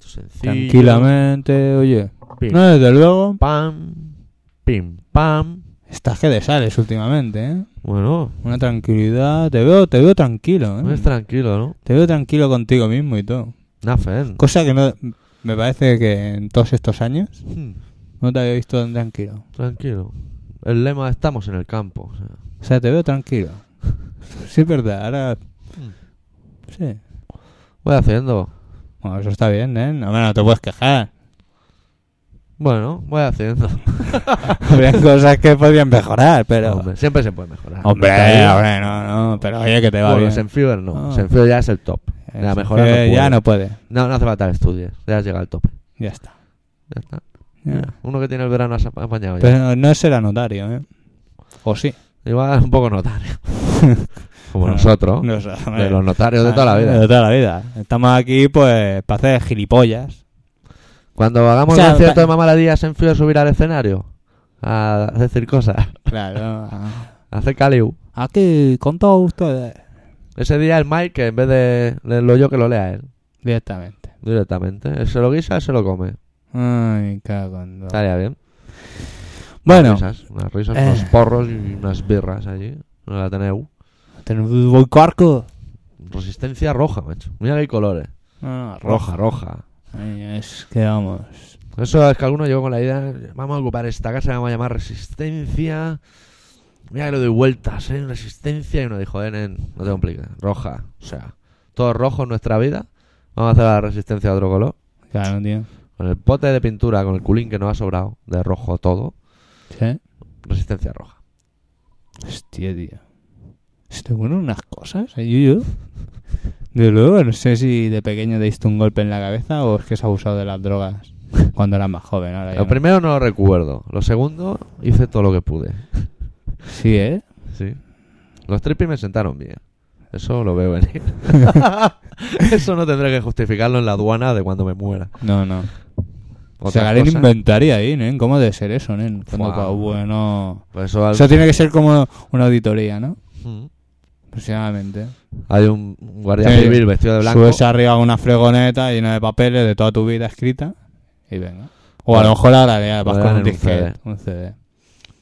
Speaker 1: Sencillo.
Speaker 2: Tranquilamente, oye.
Speaker 1: Pim,
Speaker 2: No, desde luego.
Speaker 1: pam. Pim, pam.
Speaker 2: Estás que desales últimamente, ¿eh?
Speaker 1: Bueno,
Speaker 2: Una tranquilidad. Te veo, te veo tranquilo, ¿eh?
Speaker 1: es tranquilo, ¿no?
Speaker 2: Te veo tranquilo contigo mismo y todo.
Speaker 1: Nafen.
Speaker 2: Cosa que no. Me parece que en todos estos años
Speaker 1: Mm,
Speaker 2: no te había visto tan tranquilo.
Speaker 1: Tranquilo. El lema estamos en el campo. o sea,
Speaker 2: O sea, te veo tranquilo. sí, es verdad. Ahora.
Speaker 1: Mm.
Speaker 2: Sí.
Speaker 1: voy haciendo.
Speaker 2: Bueno, eso está bien, ¿eh? No, hombre, no te puedes quejar.
Speaker 1: Bueno, voy haciendo.
Speaker 2: Habrían cosas que podrían mejorar, pero.
Speaker 1: Hombre, siempre se puede mejorar.
Speaker 2: Hombre, hombre, no, no. Pero oye, que te va
Speaker 1: Bueno,
Speaker 2: bien.
Speaker 1: Senfiber no.
Speaker 2: Ah.
Speaker 1: Senfiber ya es el top. Ya,
Speaker 2: Eh,
Speaker 1: mejorar
Speaker 2: eh,
Speaker 1: no
Speaker 2: ya
Speaker 1: puede.
Speaker 2: no puede.
Speaker 1: No, no hace falta que estudies. Ya has llegado al tope.
Speaker 2: Ya está.
Speaker 1: Ya está.
Speaker 2: Ya.
Speaker 1: Mira, Uno que tiene el verano asa- apañado ya.
Speaker 2: Pero no será notario, ¿eh? O sí.
Speaker 1: Igual un poco notario. Como
Speaker 2: No,
Speaker 1: nosotros.
Speaker 2: No sé,
Speaker 1: De
Speaker 2: hombre.
Speaker 1: los notarios de toda la vida.
Speaker 2: De toda la vida. Estamos aquí, pues, para hacer gilipollas.
Speaker 1: Cuando hagamos
Speaker 2: O sea,
Speaker 1: un concierto
Speaker 2: pa-
Speaker 1: de mamaladía, Senfiber subir al escenario. A decir cosas.
Speaker 2: Claro.
Speaker 1: A hacer caliu.
Speaker 2: Aquí, con todo gusto, eh,
Speaker 1: Ese día el Mike, que en vez de leerlo yo, que lo lea él.
Speaker 2: directamente.
Speaker 1: Directamente. Él se lo guisa, él se lo come.
Speaker 2: Ay, cago en todo.
Speaker 1: Estaría bien.
Speaker 2: Bueno,
Speaker 1: Risas, unas risas,
Speaker 2: Eh.
Speaker 1: unos porros y unas birras allí. No la tenéis.
Speaker 2: tenemos un buen cuarco.
Speaker 1: Resistencia roja, macho. Mira que hay colores.
Speaker 2: No, no,
Speaker 1: Roja, roja.
Speaker 2: Ay, es que vamos.
Speaker 1: Eso es que alguno llegó con la idea. Vamos a ocupar esta casa, la vamos a llamar Resistencia. Mira que le doy vueltas, ¿eh? Resistencia. Y uno dijo, eh, nen, no te compliques. Roja. O sea, todo rojo en nuestra vida. Vamos a hacer la resistencia de otro color.
Speaker 2: Claro, tío.
Speaker 1: Con el pote de pintura, con el culín que nos ha sobrado, de rojo todo.
Speaker 2: Sí.
Speaker 1: Resistencia roja.
Speaker 2: Hostia, tío. Se te ponen unas cosas, ¿eh, Yuyu? De luego, no sé si de pequeño te diste un golpe en la cabeza o es que has abusado de las drogas cuando eras más joven. Ahora ya
Speaker 1: Lo
Speaker 2: no.
Speaker 1: primero no lo recuerdo. Lo segundo, hice todo lo que pude.
Speaker 2: Sí, ¿eh?
Speaker 1: Sí. Los trippies me sentaron bien. Eso lo veo venir. Eso no tendré que justificarlo en la aduana de cuando me muera.
Speaker 2: No, no.
Speaker 1: Otras
Speaker 2: Sacaré
Speaker 1: cosas-
Speaker 2: inventaría ahí, ¿eh? ¿Cómo debe ser eso, ¿eh? Cuando
Speaker 1: Fua.
Speaker 2: pa- bueno...
Speaker 1: Pues eso, al-
Speaker 2: Eso tiene que ser como una auditoría, ¿no?
Speaker 1: Mm.
Speaker 2: Aproximadamente.
Speaker 1: Hay un un guardia
Speaker 2: Sí.
Speaker 1: civil vestido de blanco.
Speaker 2: Subes arriba una fregoneta llena de papeles de toda tu vida escrita y venga. O a lo
Speaker 1: Bueno,
Speaker 2: mejor ahora ya vas
Speaker 1: lo
Speaker 2: con
Speaker 1: dan
Speaker 2: un
Speaker 1: en un
Speaker 2: disquete, un CD.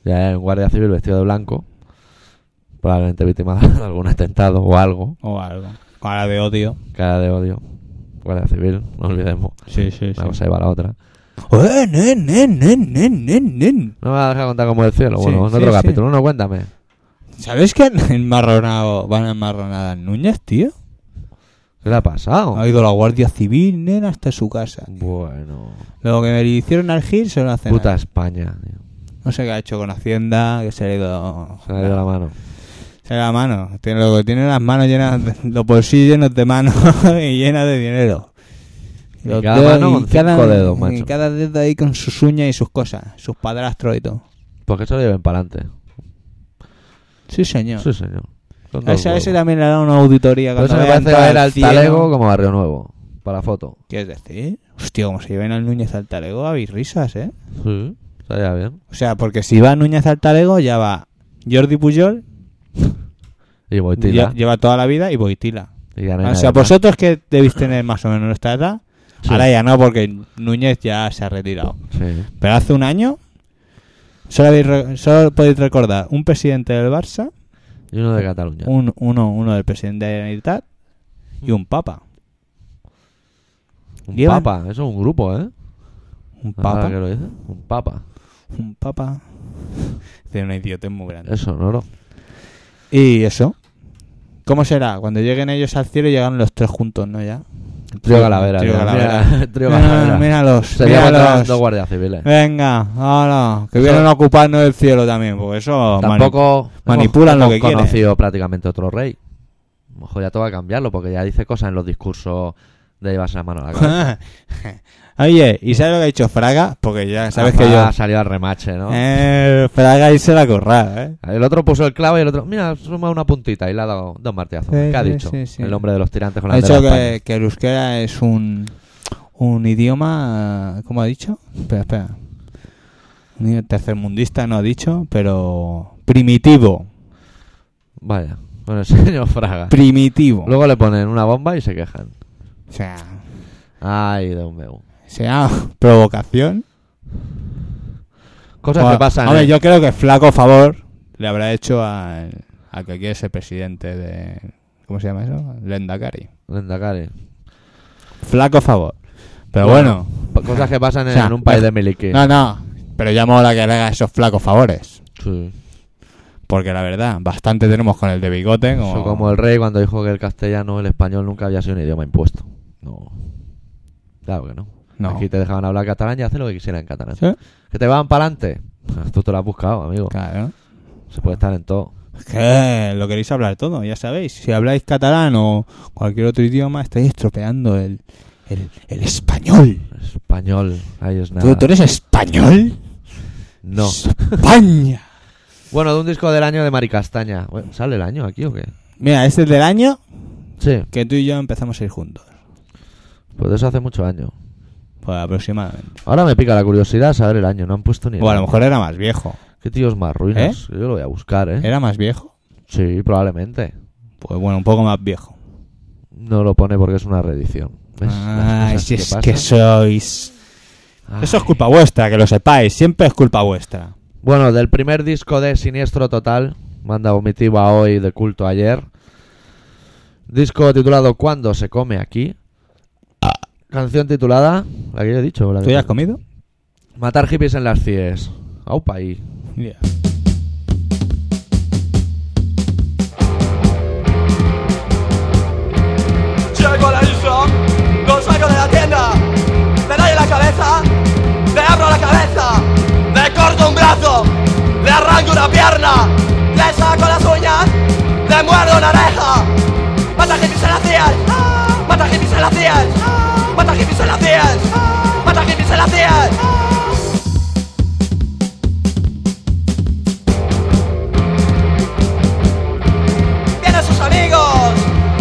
Speaker 1: Ya hay un guardia civil vestido de blanco. Probablemente víctima de algún atentado o algo.
Speaker 2: O algo. Ahora veo, tío.
Speaker 1: Cara de odio. Guardia civil, no olvidemos.
Speaker 2: Sí, sí,
Speaker 1: Una cosa lleva a la otra.
Speaker 2: ¡Eh, nen, nen, nen, nen, nen, nen!
Speaker 1: No me vas a dejar contar cómo es el cielo.
Speaker 2: Sí,
Speaker 1: bueno, en
Speaker 2: sí,
Speaker 1: otro
Speaker 2: sí.
Speaker 1: capítulo. No, cuéntame.
Speaker 2: ¿Sabes que han enmarronado, van enmarronadas Núñez, tío?
Speaker 1: ¿Qué le ha pasado?
Speaker 2: Ha ido la Guardia Civil, nen, hasta su casa.
Speaker 1: Bueno.
Speaker 2: Lo que me hicieron al Gil se lo hacen. a-
Speaker 1: Puta España. tío.
Speaker 2: No sé qué ha hecho con Hacienda, que se le ha ido.
Speaker 1: Se le ha ido la mano.
Speaker 2: Se le ha ido la mano. Tiene, lo, tiene las manos llenas, de- los bolsillos llenos de manos y llenas de dinero.
Speaker 1: Y cada mano con cinco dedos, macho.
Speaker 2: y cada dedo ahí con sus uñas y sus cosas, sus padrastros y todo.
Speaker 1: Porque eso lo lleven para adelante.
Speaker 2: Sí, señor.
Speaker 1: Sí, señor. Son
Speaker 2: A
Speaker 1: dos
Speaker 2: ese, a
Speaker 1: huevos.
Speaker 2: ese también le hará una auditoría.
Speaker 1: Pero eso
Speaker 2: Cuando
Speaker 1: me
Speaker 2: vaya a
Speaker 1: parece que va a
Speaker 2: entrar
Speaker 1: ir al
Speaker 2: cielo.
Speaker 1: talego como Barrio Nuevo. Para la foto.
Speaker 2: ¿Quieres decir? Hostia, como se lleven al Núñez al talego, habéis risas, ¿eh?
Speaker 1: Sí. Estaría bien.
Speaker 2: O sea, porque si va Núñez al talego, ya va Jordi Puyol,
Speaker 1: Y Boitila.
Speaker 2: lle- lleva toda la vida y Boitila.
Speaker 1: Y ya no hay
Speaker 2: O
Speaker 1: nadie
Speaker 2: sea,
Speaker 1: más.
Speaker 2: vosotros que debéis tener más o menos nuestra edad,
Speaker 1: Sí.
Speaker 2: ahora ya no, porque Núñez ya se ha retirado.
Speaker 1: Sí.
Speaker 2: Pero hace un año, solo, habéis re- solo podéis recordar un presidente del Barça,
Speaker 1: Y uno de Cataluña.
Speaker 2: un, uno, uno del presidente de la Generalitat y un papa.
Speaker 1: Un
Speaker 2: llevan-
Speaker 1: papa. Eso es un grupo, ¿eh?
Speaker 2: Un
Speaker 1: Ahora
Speaker 2: papa.
Speaker 1: que lo dices. Un papa.
Speaker 2: Un papa. Tiene una idiotez muy grande.
Speaker 1: Es sonoro.
Speaker 2: Y eso. ¿Cómo será? Cuando lleguen ellos al cielo llegan los tres juntos, ¿no? Ya.
Speaker 1: El trío Calavera.
Speaker 2: Trío
Speaker 1: tío.
Speaker 2: Calavera.
Speaker 1: Mira, el trío
Speaker 2: Mira-
Speaker 1: Calavera.
Speaker 2: míralos,
Speaker 1: Sería
Speaker 2: míralos.
Speaker 1: dos guardias civiles.
Speaker 2: Venga, ahora. Que
Speaker 1: Eso-
Speaker 2: vienen a ocuparnos el cielo también, porque eso...
Speaker 1: Tampoco hemos-
Speaker 2: manipulan lo
Speaker 1: hemos
Speaker 2: que quieren.
Speaker 1: conocido prácticamente otro rey. A lo mejor ya toca cambiarlo porque ya dice cosas en los discursos de llevarse la mano a la cabeza.
Speaker 2: Oye, ¿y sabes lo que ha dicho Fraga? Porque ya sabes que yo...
Speaker 1: Ha salido al remache, Ah, ¿no?
Speaker 2: Eh, Fraga y se la corra, ¿eh?
Speaker 1: El otro puso el clavo y el otro, mira, suma una puntita y le ha dado dos martillazos.
Speaker 2: Sí,
Speaker 1: ¿Qué ha
Speaker 2: sí,
Speaker 1: dicho?
Speaker 2: sí, sí.
Speaker 1: El nombre de los tirantes con
Speaker 2: Ha
Speaker 1: la
Speaker 2: dicho
Speaker 1: bandera de
Speaker 2: que, que el euskera es un, un idioma, ¿cómo ha dicho? Espera, espera. Un idioma tercermundista no ha dicho, pero primitivo,
Speaker 1: España. Vaya, con el señor Fraga.
Speaker 2: primitivo.
Speaker 1: Luego le ponen una bomba y se quejan.
Speaker 2: O sea,
Speaker 1: Ay, de un meu.
Speaker 2: sea provocación.
Speaker 1: Cosas
Speaker 2: Bueno,
Speaker 1: que pasan.
Speaker 2: Hombre,
Speaker 1: ¿eh?
Speaker 2: yo creo que flaco favor le habrá hecho al, al que quiere ser presidente de, ¿cómo se llama eso? Lendakari.
Speaker 1: Lendakari.
Speaker 2: Flaco favor. Pero
Speaker 1: Bueno.
Speaker 2: bueno,
Speaker 1: Pa- Cosas que pasan
Speaker 2: O sea,
Speaker 1: en un país
Speaker 2: eh,
Speaker 1: de miliquí.
Speaker 2: no, no. Pero ya mola que le haga esos flacos favores.
Speaker 1: Sí.
Speaker 2: Porque la verdad, bastante tenemos con el de bigote. Como...
Speaker 1: Eso como el rey cuando dijo que el castellano, el español nunca había sido un idioma impuesto. No. Claro que no.
Speaker 2: No.
Speaker 1: Aquí te dejaban hablar catalán y hacer lo que quisieran en catalán.
Speaker 2: ¿Sí?
Speaker 1: Que te van para adelante. Tú te lo has buscado, amigo.
Speaker 2: Claro.
Speaker 1: Se puede estar en todo.
Speaker 2: Es que lo queréis hablar todo, ya sabéis. Si habláis catalán o cualquier otro idioma, estáis estropeando el, el, el español.
Speaker 1: Español. Ahí es nada.
Speaker 2: ¿Tú, tú eres español?
Speaker 1: No.
Speaker 2: ¡España!
Speaker 1: Bueno, de un disco del año de Mari Castaña. Bueno, ¿Sale el año aquí o qué?
Speaker 2: Mira, este es del año
Speaker 1: Sí,
Speaker 2: que tú y yo empezamos a ir juntos.
Speaker 1: pues de eso hace muchos años.
Speaker 2: Pues aproximadamente.
Speaker 1: Ahora me pica la curiosidad saber el año. No han puesto ni el
Speaker 2: O a lo
Speaker 1: año.
Speaker 2: mejor era más viejo.
Speaker 1: ¿Qué tíos más ruinas? Yo lo voy a buscar, ¿eh?
Speaker 2: ¿Era más viejo?
Speaker 1: Sí, probablemente.
Speaker 2: Pues bueno, un poco más viejo.
Speaker 1: No lo pone porque es una reedición. ¿Ves? Pues, Las
Speaker 2: Ay,
Speaker 1: cosas
Speaker 2: si Ah, es
Speaker 1: pasan.
Speaker 2: que sois...
Speaker 1: Ay.
Speaker 2: Eso es culpa vuestra, que lo sepáis. Siempre es culpa vuestra.
Speaker 1: Bueno, del primer disco de Siniestro Total, manda vomitiva hoy de culto ayer. Disco titulado ¿Cuándo se come aquí? Canción titulada, la que yo he dicho. o La
Speaker 2: Ah. ¿Tú
Speaker 1: que-
Speaker 2: ya has comido?
Speaker 1: Matar hippies en las CIES. Aupa ahí.
Speaker 5: Llego al Airsoft, lo saco de la tienda, le doy en la cabeza, le abro la cabeza, le corto un brazo, le arranco una pierna, le saco las uñas, le muerdo una oreja. Mata hippies en las tías, mata hippies en las tías, mata hippies en las tías, mata hippies en las tías. Tienen sus amigos,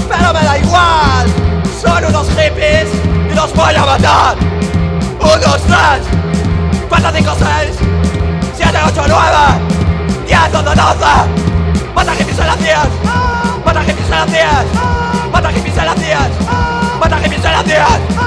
Speaker 5: pero me da igual. Son unos hippies y los voy a matar. Unos tres, cuatro, cinco, seis, siete, ocho, nueve, diez, once, doce. Mata hippies a las diez. Mata hippies a las diez. Mata hippies a las diez. Mata hippies a las diez.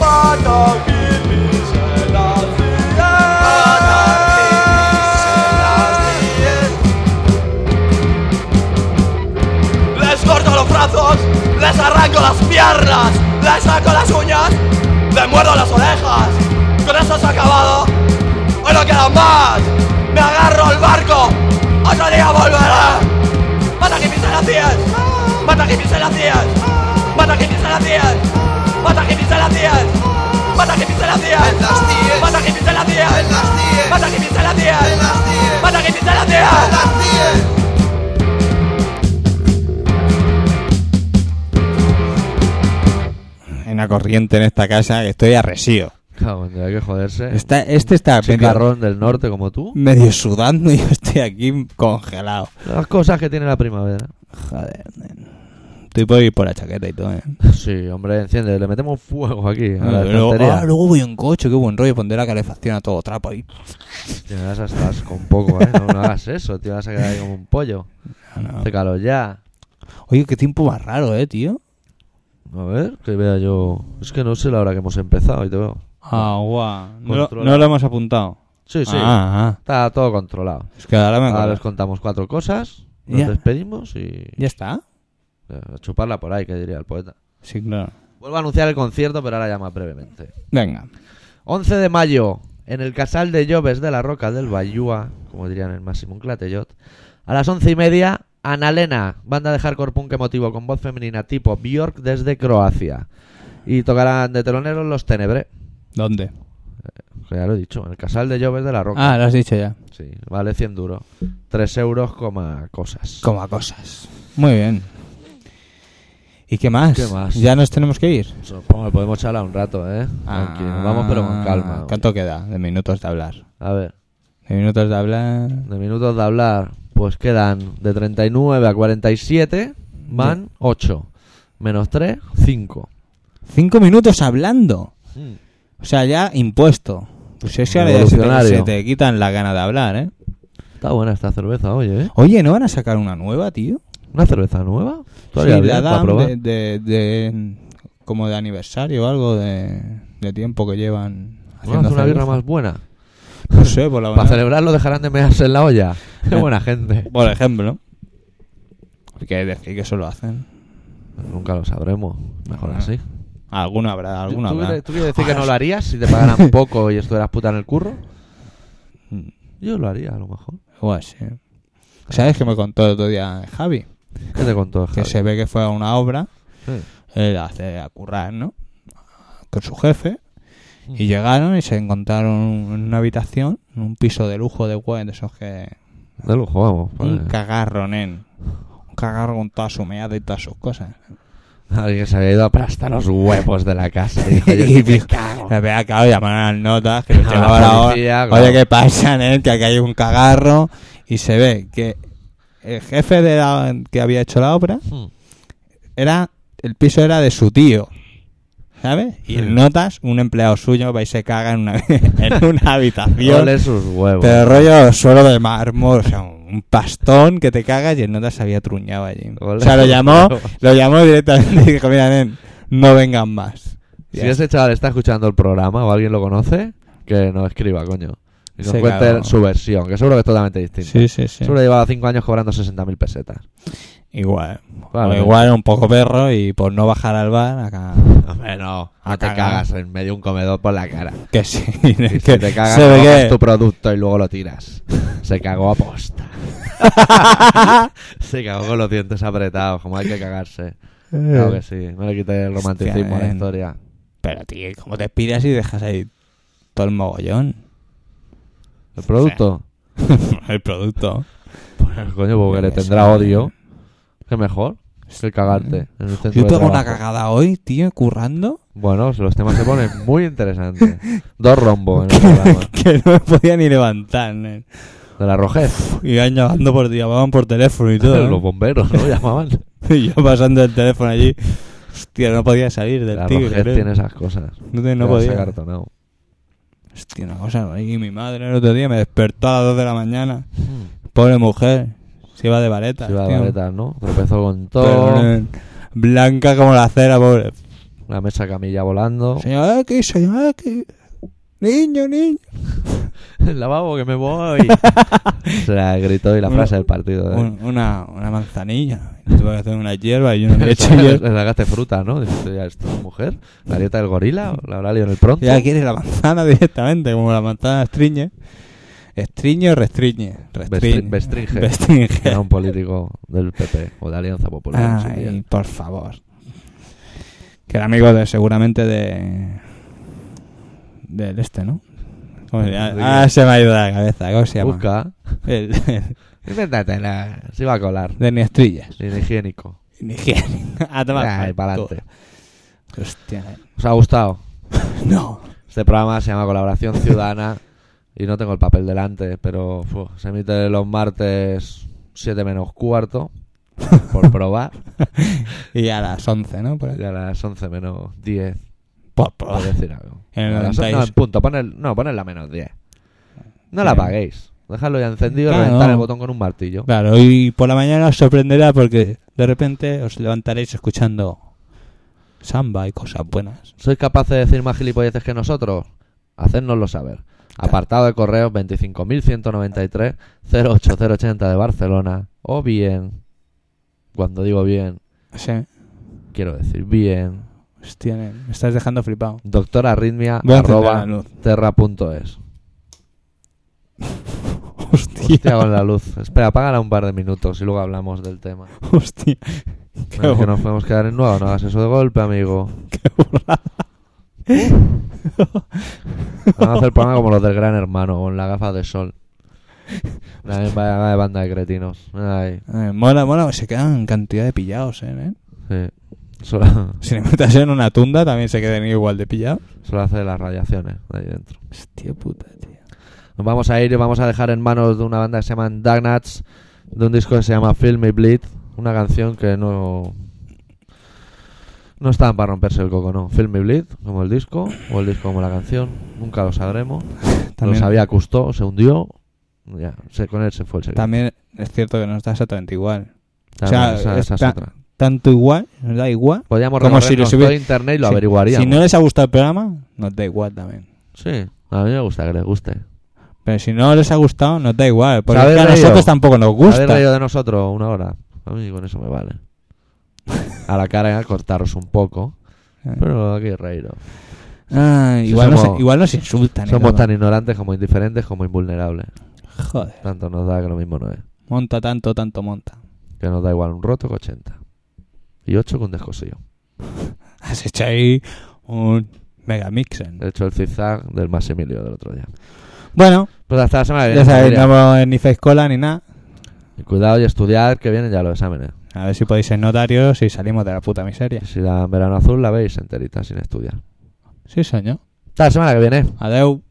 Speaker 5: Mata hippies en las diez. Les corto los brazos, les arranco las piernas, les saco las uñas, les muerdo las orejas. Con eso se ha acabado, hoy no queda más. Me agarro el barco, otro día volveré. Mata hippies en las diez, mata hippies en las diez, mata hippies en las diez, mata hippies en las diez, mata hippies en las diez, mata hippies en las diez, mata hippies en las diez, de la tierra.
Speaker 2: Hay una corriente en esta casa que estoy arresío.
Speaker 1: Cago en Dios, hay que joderse.
Speaker 2: Está, este está medio,
Speaker 1: Chicarrón del norte como tú.
Speaker 2: medio sudando y yo estoy aquí congelado.
Speaker 1: Las cosas que tiene la primavera.
Speaker 2: Joder, nen. estoy por ir por la chaqueta y todo, eh.
Speaker 1: Sí, hombre, enciende, le metemos fuego aquí. A la
Speaker 2: Ah, luego,
Speaker 1: estantería.
Speaker 2: ah, luego voy en coche, qué buen rollo, pondré la calefacción a todo trapo ahí.
Speaker 1: Tío, me das hasta asco un poco, ¿eh? No, no hagas eso, tío, vas a quedar ahí como un pollo.
Speaker 2: Ah, no.
Speaker 1: Hace calor ya.
Speaker 2: Oye, qué tiempo más raro, eh, tío.
Speaker 1: A ver, que vea yo. Es que no sé la hora que hemos empezado y te veo.
Speaker 2: Agua. Ah, No, lo-
Speaker 1: Controla.
Speaker 2: no lo hemos apuntado.
Speaker 1: Sí, sí.
Speaker 2: Ah, ah.
Speaker 1: Está todo controlado.
Speaker 2: Es que ahora me
Speaker 1: Ahora
Speaker 2: acuerdo.
Speaker 1: les contamos cuatro cosas, nos
Speaker 2: Ya.
Speaker 1: despedimos y
Speaker 2: ¿Ya está?
Speaker 1: eh, a chuparla por ahí, que diría el poeta.
Speaker 2: Sí, claro.
Speaker 1: Vuelvo a anunciar el concierto, pero ahora ya más brevemente.
Speaker 2: Venga.
Speaker 1: 11 de mayo, en el Casal de Lloves de la Roca del Bayúa, como dirían en Maximum Clatellot, a las once y media, Analena, banda de hardcore punk emotivo con voz femenina tipo Björk desde Croacia. Y tocarán de teloneros los Tenebre,
Speaker 2: ¿Dónde?
Speaker 1: que ya lo he dicho, en el Casal de Lloves de la Roca.
Speaker 2: Ah, lo has dicho ya.
Speaker 1: Sí, vale 100 duros. 3 euros, coma cosas.
Speaker 2: Como a cosas. Muy bien. ¿Y qué más?
Speaker 1: ¿Qué más?
Speaker 2: ¿Ya nos tenemos que ir?
Speaker 1: Supongo que podemos charlar un rato, ¿eh? Tranquilo,
Speaker 2: Ah,
Speaker 1: vamos pero con calma.
Speaker 2: ¿Cuánto queda de minutos de hablar?
Speaker 1: A ver,
Speaker 2: De minutos de hablar...
Speaker 1: de minutos de hablar, pues quedan de 39 a 47, van 8. Menos 3, 5.
Speaker 2: Cinco minutos hablando. O sea, ya impuesto. Pues es que ahora ya se te,
Speaker 1: Revolucionario.
Speaker 2: se te quitan la gana de hablar, ¿eh?
Speaker 1: Está buena esta cerveza, oye, ¿eh?
Speaker 2: Oye, ¿no van a sacar una nueva, tío?
Speaker 1: ¿Una cerveza nueva?
Speaker 2: Sí,
Speaker 1: Todavía
Speaker 2: de
Speaker 1: bien, para
Speaker 2: Adam,
Speaker 1: probar.
Speaker 2: de, de- de- como de aniversario o algo de, de tiempo que llevan
Speaker 1: Vamos a
Speaker 2: haciendo
Speaker 1: hacer una birra
Speaker 2: cerveza.
Speaker 1: más buena.
Speaker 2: No sé, por la
Speaker 1: Para
Speaker 2: mañana,
Speaker 1: celebrarlo dejarán de mearse en la olla. Qué buena gente.
Speaker 2: por ejemplo. Porque decir que eso lo hacen.
Speaker 1: Nunca lo sabremos. Mejor
Speaker 2: Ah.
Speaker 1: así.
Speaker 2: Alguno habrá, alguno
Speaker 1: ¿Tú, tú
Speaker 2: habrá.
Speaker 1: quieres- tú quieres decir que no lo harías si te pagaran poco y estuvieras puta en el curro? Mm, Yo lo haría, a lo mejor.
Speaker 2: Igual sí. ¿Sabes que me contó el otro día Javi?
Speaker 1: ¿Qué te contó,
Speaker 2: Que
Speaker 1: Javi?
Speaker 2: se ve que fue a una obra
Speaker 1: Sí.
Speaker 2: él hace a currar, ¿no? Con su jefe. Y llegaron y se encontraron en una habitación, en un piso de lujo de web, de esos que...
Speaker 1: De lujo, vamos.
Speaker 2: Un
Speaker 1: vale.
Speaker 2: cagarro, nen. Un cagarro con toda su meada y todas sus cosas.
Speaker 1: Alguien se había ido a aplastar los huevos de la casa. y dijo, "Yo
Speaker 2: y
Speaker 1: aquí me
Speaker 2: dijo,
Speaker 1: cago".
Speaker 2: me había acabado de llamar a las notas, que
Speaker 1: A
Speaker 2: nos
Speaker 1: la
Speaker 2: llegaba la hora.
Speaker 1: policía, claro.
Speaker 2: Oye, ¿qué pasa, nen? Que aquí hay un cagarro. Y se ve que el jefe de la- que había hecho la obra
Speaker 1: Hmm.
Speaker 2: era el piso era de su tío ¿sabes? y
Speaker 1: Sí.
Speaker 2: el notas un empleado suyo va y se caga en una, en una habitación
Speaker 1: Ole sus huevos.
Speaker 2: pero rollo suelo de mármol o sea un pastón que te cagas y el notas se había truñado allí
Speaker 1: Ole
Speaker 2: o sea lo
Speaker 1: sus
Speaker 2: llamó
Speaker 1: huevos.
Speaker 2: lo llamó directamente y dijo mira nen no vengan más
Speaker 1: Si
Speaker 2: Ya
Speaker 1: ese chaval está escuchando el programa o alguien lo conoce, que nos escriba, coño. Y nos
Speaker 2: Se
Speaker 1: cuente
Speaker 2: cagó.
Speaker 1: su versión, que seguro que es totalmente distinta.
Speaker 2: sí sí sí
Speaker 1: Seguro llevaba 5 años cobrando 60.000 pesetas.
Speaker 2: igual
Speaker 1: Claro.
Speaker 2: O igual era un poco perro y por no bajar al bar acá
Speaker 1: Hombre, no.
Speaker 2: A
Speaker 1: te
Speaker 2: cagar.
Speaker 1: cagas en medio de un comedor por la cara.
Speaker 2: que sí
Speaker 1: Y
Speaker 2: que
Speaker 1: si te cagas,
Speaker 2: se ve
Speaker 1: coges
Speaker 2: que-
Speaker 1: tu producto y luego lo tiras. Se cagó a posta. Se cagó con los dientes apretados, como hay que cagarse. Claro que sí, no le quites el romanticismo a la
Speaker 2: nen.
Speaker 1: historia.
Speaker 2: Pero, tío, ¿cómo te piras y dejas ahí todo el mogollón?
Speaker 1: ¿El producto?
Speaker 2: el producto.
Speaker 1: Pues coño, porque le
Speaker 2: Sí,
Speaker 1: tendrá
Speaker 2: sí.
Speaker 1: odio. Que mejor que cagarte en el centro
Speaker 2: Yo
Speaker 1: de
Speaker 2: tengo una
Speaker 1: trabajo.
Speaker 2: cagada hoy, tío, currando,
Speaker 1: Bueno, los temas se ponen muy interesantes. Dos rombos en el programa.
Speaker 2: que no me podía ni levantar, nen.
Speaker 1: De la rojez.
Speaker 2: Y iban llamando por llamaban por teléfono y todo.
Speaker 1: Los
Speaker 2: ¿no?
Speaker 1: bomberos, ¿no? Llamaban.
Speaker 2: y yo pasando el teléfono allí. Hostia, no podía salir del
Speaker 1: La
Speaker 2: tigre.
Speaker 1: rojez
Speaker 2: nen.
Speaker 1: tiene esas cosas.
Speaker 2: No, te- no
Speaker 1: Te has
Speaker 2: podía.
Speaker 1: acartonado.
Speaker 2: Hostia, una cosa. Y mi madre el otro día me despertó a las 2 de la mañana.
Speaker 1: Mm.
Speaker 2: Pobre mujer. Se iba de vareta.
Speaker 1: Se iba de
Speaker 2: tío.
Speaker 1: varetas, ¿no? Tropezó con todo.
Speaker 2: Pero, nen, Blanca como la cera, pobre.
Speaker 1: La mesa camilla volando.
Speaker 2: Señor X, señor X. Niño, niño.
Speaker 1: El lavabo que me voy. Se la gritó y la frase del partido. ¿eh?
Speaker 2: Un- una, una manzanilla. Y Tuve que hacer una hierba y una
Speaker 1: Le
Speaker 2: leche.
Speaker 1: le sacaste fruta, ¿no? Dijiste, ya, ¿esto es mujer? ¿La dieta del gorila? ¿La habrá leído en el pronto?
Speaker 2: ya quieres la manzana directamente, como la manzana estriñe. Estriñe o restriñe. Restriñe.
Speaker 1: Bestri- bestringe.
Speaker 2: Bestringe.
Speaker 1: Era un político del PP o de Alianza Popular. en su día.
Speaker 2: Ay, por favor. Que era amigo de, seguramente de. Del este, ¿no? ¿Cómo se llama?
Speaker 1: Enrique.
Speaker 2: Ah, se me ha ido de la cabeza. ¿Cómo se llama?
Speaker 1: Busca.
Speaker 2: El, el
Speaker 1: Invéntatela. Se va a colar.
Speaker 2: de Niestrillas.
Speaker 1: Sin higiénico.
Speaker 2: A tomar
Speaker 1: Ay,
Speaker 2: por
Speaker 1: para
Speaker 2: culo.
Speaker 1: adelante.
Speaker 2: Hostia. eh.
Speaker 1: ¿Os ha gustado?
Speaker 2: No.
Speaker 1: Este programa se llama Colaboración Ciudadana y no tengo el papel delante, pero fu, se emite los martes 7 menos cuarto, por probar,
Speaker 2: Y a las 11, ¿no? Por ahí.
Speaker 1: y a las 11 menos 10,
Speaker 2: Por
Speaker 1: por
Speaker 2: probar.
Speaker 1: decir algo.
Speaker 2: En el
Speaker 1: A las-
Speaker 2: 90 y-
Speaker 1: no, en punto, poned, no, poned la menos 10. No la
Speaker 2: Bien.
Speaker 1: apaguéis, dejadlo ya encendido y
Speaker 2: Claro.
Speaker 1: reventar el botón con un martillo.
Speaker 2: Claro, hoy por la mañana os sorprenderá porque de repente os levantaréis escuchando samba y cosas buenas.
Speaker 1: ¿Sois capaces de decir más gilipolleces que nosotros? Hacednoslo saber. Apartado de correos 25.193 08080 de Barcelona. O bien, cuando digo bien,
Speaker 2: Sí.
Speaker 1: quiero decir bien,
Speaker 2: Hostia, nen, me estás dejando flipado.
Speaker 1: doctorarritmia
Speaker 2: Voy a encender
Speaker 1: arroba
Speaker 2: la luz.
Speaker 1: terra.es.
Speaker 2: Hostia,
Speaker 1: Hostia con la luz. Espera, apágala un par de minutos y luego hablamos del tema.
Speaker 2: hostia. Qué
Speaker 1: Venga, que
Speaker 2: bu-
Speaker 1: nos podemos quedar en nuevo, no hagas eso de golpe, amigo.
Speaker 2: qué burrada.
Speaker 1: Vamos a hacer el programa como los del gran hermano, con la gafa de sol. La misma banda de cretinos. Ay,
Speaker 2: Eh, mola, mola, se quedan cantidad de pillados, ¿eh? nen?
Speaker 1: sí. Solo,
Speaker 2: Si le metes en una tunda también se quedan igual de pillados.
Speaker 1: solo hace las radiaciones de ahí dentro.
Speaker 2: Hostia puta, tío.
Speaker 1: Nos vamos a ir y vamos a dejar en manos de una banda que se llama Donuts, de un disco que se llama Film Me Bleed, una canción que no. No estaban para romperse el coco, no. Film Me Bleed, como el disco, o el disco como la canción, nunca lo sabremos.
Speaker 2: También,
Speaker 1: Lo sabía Custó, se hundió. Ya, se, con él se fue el secreto.
Speaker 2: también es cierto que nos da exactamente igual.
Speaker 1: Ya,
Speaker 2: o sea,
Speaker 1: esa- esa es
Speaker 2: está-
Speaker 1: otra.
Speaker 2: Tanto igual, nos da igual.
Speaker 1: Podríamos
Speaker 2: como si
Speaker 1: recorrernos
Speaker 2: lo hubiera-
Speaker 1: todo internet y lo
Speaker 2: Si-
Speaker 1: averiguaríamos.
Speaker 2: Si no les ha gustado el programa, nos da igual también.
Speaker 1: Sí, a mí me gusta que les guste.
Speaker 2: Pero si no les ha gustado, nos da igual. Porque
Speaker 1: ¿Sabes,
Speaker 2: es que a
Speaker 1: Rayo?
Speaker 2: nosotros tampoco nos
Speaker 1: Haber reído
Speaker 2: gusta.
Speaker 1: de nosotros una hora. A mí con eso me vale. A la cara, cortaros un poco. Pero aquí reíros.
Speaker 2: Eh, Ah,
Speaker 1: Si
Speaker 2: igual,
Speaker 1: somos-
Speaker 2: nos, igual nos insultan. y
Speaker 1: Somos
Speaker 2: todo.
Speaker 1: tan ignorantes como indiferentes como invulnerables.
Speaker 2: Joder.
Speaker 1: Tanto nos da que lo mismo no es.
Speaker 2: Monta tanto, tanto monta.
Speaker 1: Que nos da igual un roto que 80. Y 8 que un descosillo.
Speaker 2: Has hecho ahí un mega mixen.
Speaker 1: He hecho el zigzag del Maximilio del otro día.
Speaker 2: Bueno,
Speaker 1: Pues hasta la semana que
Speaker 2: ya
Speaker 1: viene.
Speaker 2: sabéis, no
Speaker 1: familia.
Speaker 2: vamos ni face cola ni nada.
Speaker 1: Y Cuidado y estudiar que vienen ya los exámenes.
Speaker 2: A ver si podéis ser notarios y salimos de la puta miseria.
Speaker 1: Y si dan verano azul la veis enterita sin estudiar.
Speaker 2: Sí, señor.
Speaker 1: Hasta la semana que viene.
Speaker 2: Adeu.